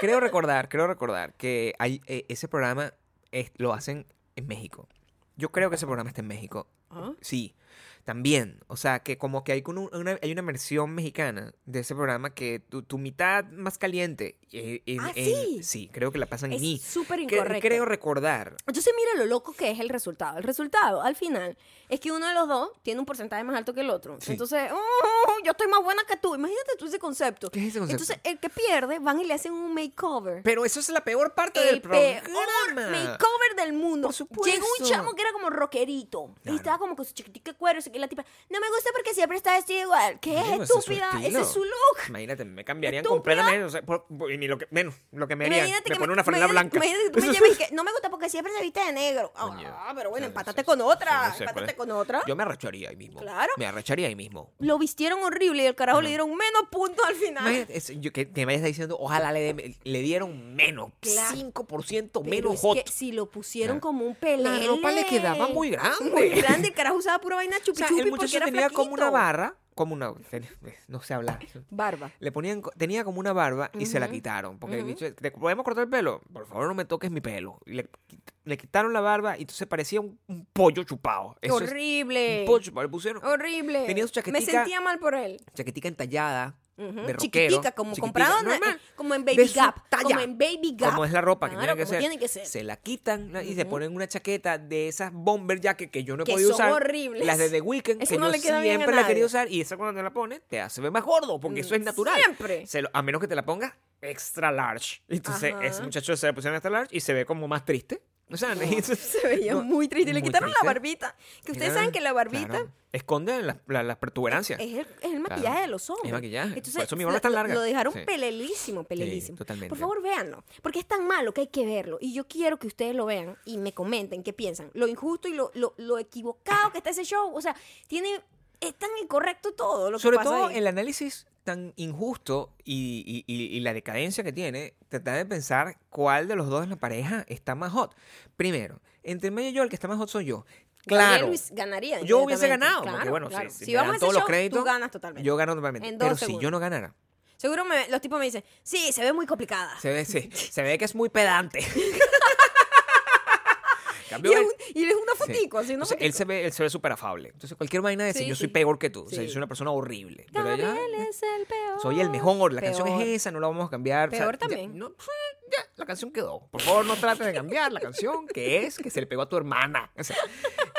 B: creo recordar, creo recordar que hay, eh, ese programa es- lo hacen en México. Yo creo que ese programa está en México.
A: Ah.
B: Sí. también. O sea, que como que hay un- una, hay una versión mexicana de ese programa que tu, tu mitad más caliente. eh, en-
A: Ah,
B: en-
A: sí.
B: creo que la pasan en I.
A: Es súper
B: Cre-
A: incorrecto.
B: Creo recordar.
A: Entonces mira lo loco que es el resultado. El resultado, al final, es que uno de los dos tiene un porcentaje más alto que el otro.
B: Sí.
A: Entonces, "Oh, yo estoy más buena que tú. Imagínate tú ese concepto.
B: ¿Qué es ese concepto?
A: Entonces, el que pierde, van y le hacen un makeover.
B: Pero eso es la peor parte
A: el
B: del programa.
A: peor makeover del mundo.
B: Por supuesto.
A: Llegó un chamo que era como rockerito.
B: Claro.
A: Y estaba como con su chiquitica de cuero. Y la tipa, no me gusta porque siempre está vestida igual. ¿Qué es
B: Bueno, ese es su
A: estúpida? Ese es,
B: estilo.
A: su look.
B: Imagínate, me cambiarían
A: Estúpida.
B: completamente. O sea, por- por- y lo que, menos, lo que me harían.
A: Imagínate
B: me
A: que
B: ponen
A: me-
B: una franela
A: imagínate-
B: blanca.
A: imagínate que me llames y que, no me gusta porque siempre se viste de negro. Ah,
B: Coño.
A: pero bueno,
B: O sea,
A: empátate
B: sí,
A: con
B: sí,
A: otra.
B: no sé,
A: Ah, empátate
B: ¿cuál es?
A: con otra.
B: Yo me arracharía ahí mismo.
A: Claro.
B: Me arracharía ahí mismo.
A: Lo vistieron horrible y el carajo le dieron menos puntos al final.
B: Imagínate, es- yo- que, que me vayas diciendo, ojalá le, de- le dieron menos,
A: Claro.
B: 5%
A: Pero
B: menos
A: es
B: hot.
A: que si lo pusieron
B: Claro.
A: como un pelele.
B: La ropa le quedaba muy grande.
A: Muy grande, el carajo usaba pura vaina
B: O
A: chupi
B: sea,
A: chupi
B: el
A: porque
B: muchacho
A: era
B: tenía como una
A: flaquito.
B: barra, como una. ten- No sé hablar.
A: Barba.
B: Le ponían, co- tenía como una barba y se la
A: Ujú,
B: quitaron. Porque el
A: ujú.
B: bicho, ¿te podemos cortar el pelo? Por favor, no me toques mi pelo. Y le, le quitaron la barba y entonces parecía un, un pollo chupado. Eso es-
A: horrible.
B: un pollo chupado. Le pusieron
A: horrible.
B: Tenía su
A: Me
B: chaquetica-
A: sentía mal por él.
B: chaquetica entallada.
A: Ujú,
B: de rockero,
A: Chiquitica, como
B: chiquitica,
A: comprada eh,
B: normal.
A: como en Baby
B: De su
A: Gap.
B: talla.
A: Como en Baby Gap.
B: Como es la ropa que,
A: Claro,
B: tiene, que
A: como
B: ser.
A: tiene que ser.
B: Se la quitan ¿no? y se ponen una chaqueta de esas bomber jacket que yo no he
A: Que
B: podido
A: son
B: usar.
A: horribles.
B: Las de The Weeknd,
A: Eso
B: que
A: no
B: yo
A: le queda bien a
B: siempre la
A: nadie.
B: quería usar. Y esa cuando te la pones, te hace ver más gordo, porque eso es
A: Mm,
B: natural.
A: siempre.
B: Se lo- a menos que te la pongas extra large. Entonces,
A: Ajá.
B: ese muchacho se la pusieron extra large y se ve como más triste. O sea,
A: Se veía
B: no,
A: muy triste. Le
B: muy
A: quitaron
B: triste.
A: la barbita. Que ustedes
B: Mira,
A: saben que la barbita
B: claro, esconde las la, las protuberancias.
A: es, el, es el maquillaje de los hombres.
B: Es maquillaje. Por eso mi barba es tan
A: lo-
B: larga.
A: Lo dejaron
B: Sí.
A: pelelísimo, pelelísimo.
B: totalmente.
A: Por favor, véanlo. Porque es tan malo que hay que verlo. Y yo quiero que ustedes lo vean y me comenten qué piensan. Lo injusto y lo, lo, lo equivocado que está ese show. O sea, tiene. Es tan incorrecto todo lo que
B: Sobre
A: pasa
B: todo
A: ahí.
B: el análisis tan injusto y, y- y- y la decadencia que tiene, tratar de pensar cuál de los dos en la pareja está más hot. Primero, entre medio yo, el que está más hot soy yo.
A: Gabriel
B: Claro.
A: Luis ganaría.
B: Yo hubiese
A: inmediatamente.
B: ganado,
A: Claro,
B: porque bueno,
A: claro.
B: si, si
A: Si
B: me
A: vamos
B: dan
A: a ese
B: todos los
A: show,
B: créditos,
A: tú ganas totalmente.
B: yo gano totalmente.
A: En dos
B: Pero si
A: segundos.
B: yo no ganara,
A: Seguro me- los tipos me dicen, sí, se ve muy complicada.
B: se ve, sí, se ve que es muy pedante.
A: Y,
B: Cambio
A: es
B: el-
A: un- y es una
B: Sí.
A: fotico, así, una
B: O sea, él
A: fotico.
B: se ve, él se ve súper afable. Entonces, cualquier vaina de decir,
A: Sí,
B: yo soy
A: sí.
B: peor que tú. O sea, yo
A: Sí.
B: soy una persona horrible. Pero ella,
A: Gabriel es el peor.
B: Soy el mejor, la canción
A: Peor.
B: es esa, no la vamos a cambiar. o sea,
A: Peor
B: ya-
A: también.
B: no, pues, ya, la canción quedó. Por favor, no traten de cambiar la canción, que es que se le pegó a tu hermana. O sea,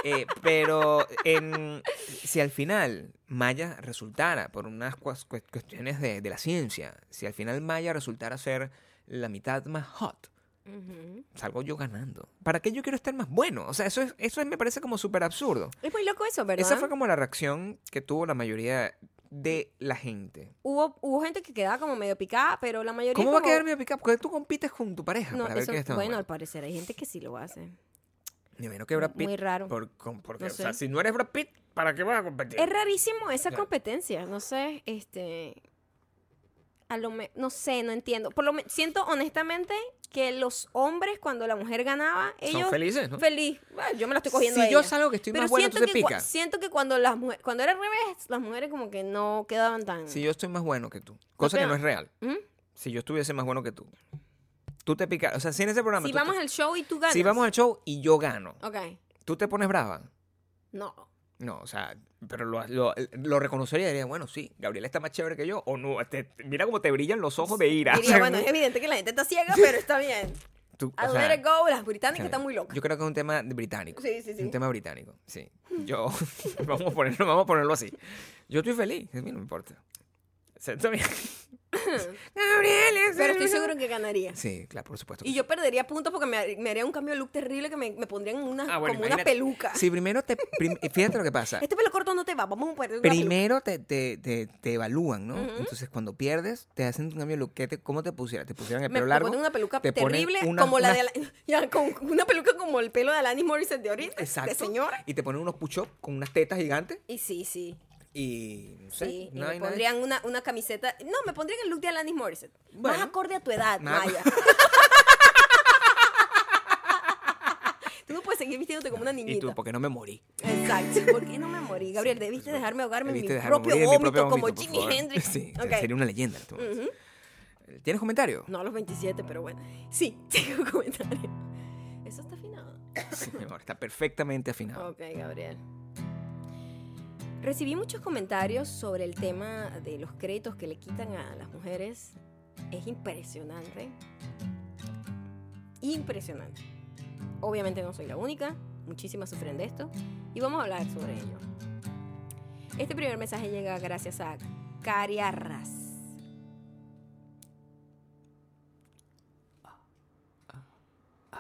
B: eh, pero en- si al final Maya resultara, por unas cuas- cues- cuestiones de, de la ciencia, si al final Maya resultara ser la mitad más hot,
A: Ujú.
B: salgo yo ganando. ¿Para qué yo quiero estar más bueno? O sea, eso, es, eso es- me parece como súper absurdo.
A: Es muy loco eso, ¿verdad?
B: Esa fue como la reacción que tuvo la mayoría de la gente.
A: hubo, hubo gente que quedaba como medio picada, pero la mayoría.
B: ¿Cómo va a
A: como-
B: quedar mi pick-up? Porque tú compites con tu pareja
A: No,
B: para ver
A: eso-
B: quién está más
A: bueno, al
B: bueno.
A: parecer hay gente que sí lo hace.
B: Ni menos que Brad Pitt.
A: muy raro.
B: por- con- porque,
A: No
B: O sea,
A: sé. Er
B: si no eres Brad Pitt, ¿para qué vas a competir?
A: Es rarísimo esa
B: Claro.
A: competencia. No sé, este. A lo me- no sé, no entiendo. Por lo me- siento honestamente que los hombres, cuando la mujer ganaba, ellos.
B: Son felices, ¿no?
A: Feliz. Bueno, yo me la estoy cogiendo
B: si
A: a
B: yo
A: ella.
B: salgo que estoy
A: Pero
B: más bueno, tú
A: siento,
B: te
A: que cua-
B: pica.
A: siento que cuando las mujeres, cuando era al revés, las mujeres como que no quedaban tan.
B: Si yo estoy más bueno que tú. Cosa que
A: pegan.
B: no es real.
A: ¿Mm?
B: Si yo estuviese más bueno que tú. Tú te picas. O sea, si en ese programa.
A: Si
B: tú te-
A: vamos al show y tú ganas.
B: si vamos al show y yo gano.
A: Ok.
B: ¿Tú te pones brava?
A: No.
B: No, o sea, pero lo, lo, lo reconocería y diría, bueno, sí, Gabriela está más chévere que yo. O no, te- mira cómo te brillan los ojos de ira. O
A: Diría,
B: sea,
A: bueno, es evidente que la gente está ciega, pero está bien.
B: tú- o
A: A
B: sea,
A: let it go, las
B: Sí.
A: británicas están muy locas.
B: Yo creo que es un tema de- británico.
A: Sí, sí, sí.
B: Un tema británico, sí. Yo, vamos, a ponerlo, vamos a ponerlo así. Yo estoy feliz, a mí no me importa. O sea, está bien. Gabriel, es
A: Pero
B: el-
A: estoy seguro que ganaría.
B: Sí, claro, por supuesto. que
A: Y
B: sí.
A: yo perdería puntos porque me, har- me haría un cambio de look terrible que me, me pondrían una,
B: Ah, bueno,
A: como una
B: imagínate.
A: peluca.
B: Si primero te... prim- fíjate lo que pasa.
A: Este pelo corto no te va, vamos a perder una peluca.
B: Primero te, te, te, te evalúan, ¿no?
A: Ujú.
B: Entonces, cuando pierdes, te hacen un cambio de look. ¿Qué te- ¿Cómo te pusieran? Te pusieran el
A: Me
B: pelo
A: me
B: largo.
A: ponen una peluca
B: te ponen
A: terrible
B: una-
A: como la
B: una-
A: de Ala- ya, con una peluca como el pelo de Alanis Morissette de ahorita, de señora.
B: Y te ponen unos push con unas tetas gigantes
A: Y sí, sí,
B: y... no sé,
A: sí. y
B: no
A: me
B: hay nada.
A: pondrían una, una camiseta, no, me pondrían el look de Alanis Morissette.
B: Bueno.
A: más acorde a tu edad,
B: Más-
A: Maya. Tú no puedes seguir vistiéndote como una niñita.
B: Y tú, ¿por qué no me morí?
A: Exacto. ¿Por qué no me morí? Gabriel, debiste dejarme ahogarme en mi,
B: Debiste dejarme
A: propio
B: morir en mi propio
A: vómito como
B: vómito, por
A: Jimi
B: favor.
A: Hendrix.
B: Sí,
A: Ok.
B: sería una leyenda. en este momento. ¿Tienes comentario?
A: No a los 27, pero bueno. Sí, tengo comentario. Eso está afinado.
B: Sí, mi amor, está perfectamente afinado.
A: Ok, Gabriel. Recibí muchos comentarios sobre el tema de los créditos que le quitan a las mujeres. Es impresionante. Impresionante. Obviamente no soy la única. Muchísimas sufren de esto. Y vamos a hablar sobre ello. Este primer mensaje llega gracias a Cari Arras.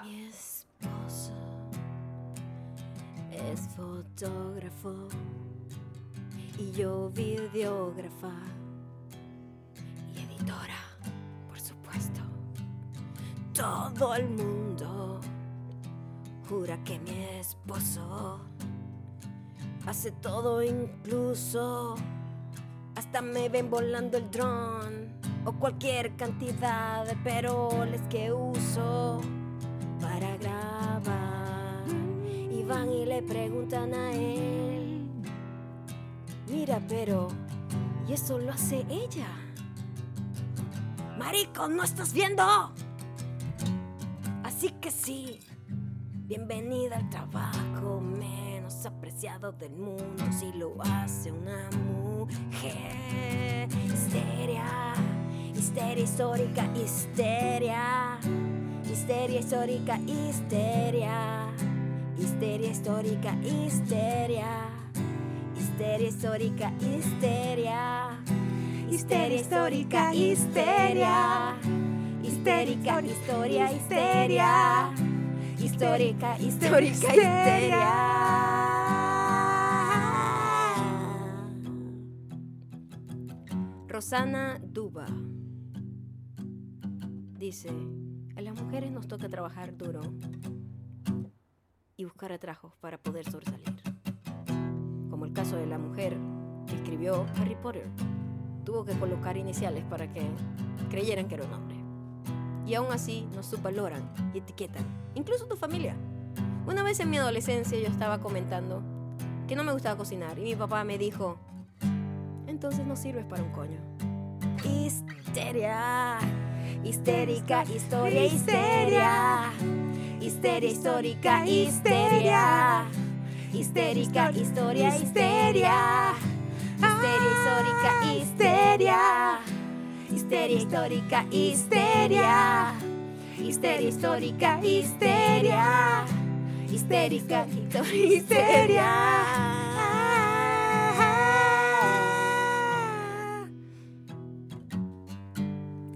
A: Mi esposo es fotógrafo y yo videógrafa y editora, por supuesto. Todo el mundo jura que mi esposo hace todo incluso. Hasta me ven volando el dron o cualquier cantidad de peroles que uso para grabar. Y van y le preguntan a él, mira, pero, ¿y eso lo hace ella? Marico, ¿no estás viendo? Así que sí, bienvenida al trabajo menos apreciado del mundo si lo hace una mujer. Histeria, histeria histórica, histeria. Histeria histórica, histeria. Histeria histórica, histeria. Histeria histórica, histeria. Histeria histórica, histeria. Histérica, historia, histeria. Histórica, histórica, histeria. Rosana Duba dice, a las mujeres nos toca trabajar duro y buscar atrajos para poder sobresalir. Como el caso de la mujer que escribió Harry Potter. Tuvo que colocar iniciales para que creyeran que era un hombre y aún así nos subvaloran y etiquetan, incluso tu familia. Una vez en mi adolescencia yo estaba comentando que no me gustaba cocinar y mi papá me dijo, entonces no sirves para un coño. Histeria, histérica, historia, histeria, histeria, histórica, histeria, histérica, historia, histeria, histeria, histórica, histeria. Histeria histórica, histeria. Histeria histórica, histeria. Histérica, hito- Ah, histeria.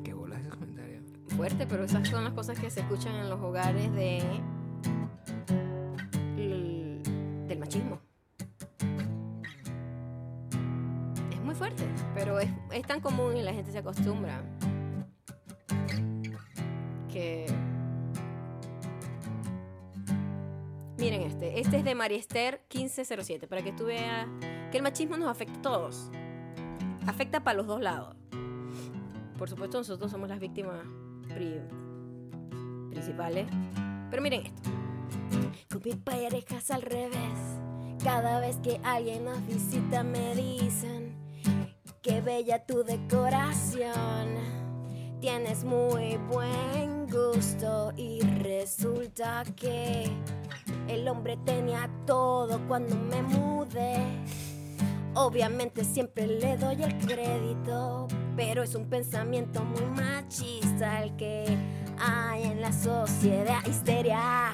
B: Qué bolas ese comentario.
A: Fuerte, pero esas son las cosas que se escuchan en los hogares de l- del machismo. Es muy fuerte, pero es, es tan común y la gente se acostumbra que Miren este, este es de Mariester 1507, para que tú veas que el machismo nos afecta a todos. Afecta para los dos lados. Por supuesto, nosotros somos las víctimas pri- principales. Pero miren esto. Con mis parejas al revés. Cada vez que alguien nos visita me dicen, qué bella tu decoración. Tienes muy buen gusto y resulta que el hombre tenía todo cuando me mudé. Obviamente siempre le doy el crédito, pero es un pensamiento muy machista el que hay en la sociedad. Histeria,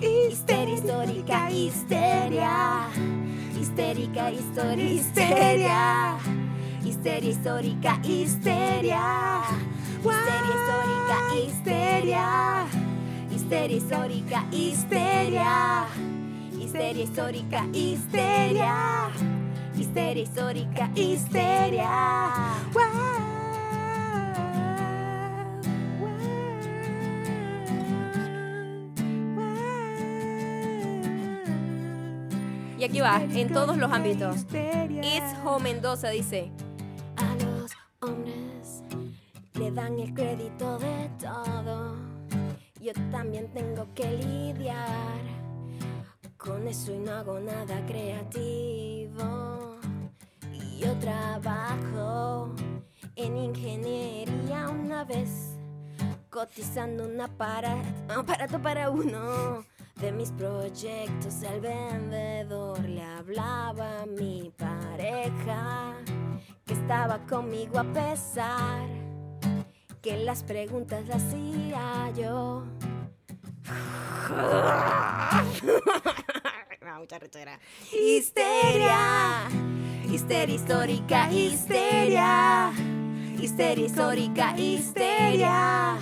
A: histeria histórica, histeria, histérica, historia, histeria, histeria histórica, histeria, histeria histórica, histeria, histeria histórica, histeria, histeria histórica, histeria. Histeria histórica, histeria. Y aquí va, Ah, en todos los ámbitos. Itzho Mendoza dice: A los hombres le dan el crédito de todo. Yo también tengo que lidiar. Con eso y no hago nada creativo. Y Yo trabajo en ingeniería una vez, cotizando un aparato, aparato para uno. de mis proyectos al vendedor le hablaba a mi pareja que estaba conmigo a pesar que las preguntas las hacía yo. No, mucha rechera. Histeria, histeria histórica, histeria, histeria histórica, histeria,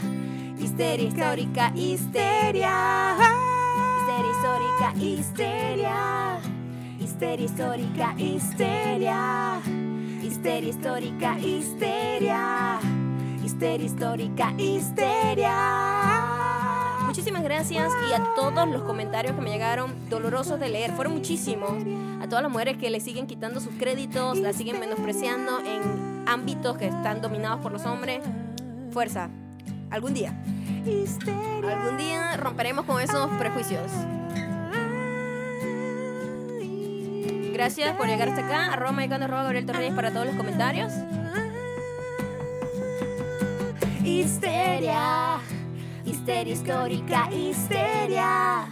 A: histeria histórica, histeria, histeria histórica, histeria, histeria histórica, histeria, histeria histórica, histeria, histeria histórica, histeria. Muchísimas gracias y a todos los comentarios que me llegaron dolorosos de leer. Fueron muchísimos. A todas las mujeres que le siguen quitando sus créditos, las siguen menospreciando en ámbitos que están dominados por los hombres. Fuerza. Algún día. Algún día romperemos con esos prejuicios. Gracias por llegar hasta acá. Arroba Maycando, arroba Gabriel Torreyes para todos los comentarios. Histeria, histeria histórica, histeria,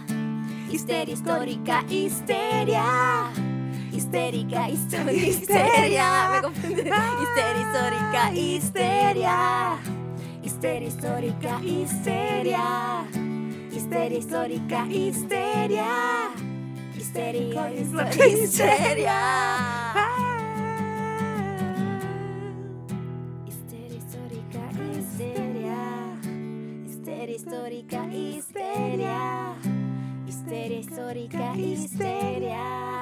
A: histeria histórica, histeria, histérica, histo- histeria, me confundí. histeria histórica, histeria, histeria histórica, histeria, histeria histórica, histeria, histeria histórica, histeria. Histeria histórica, histeria. Histeria histórica, histeria. Histeria histórica, histeria.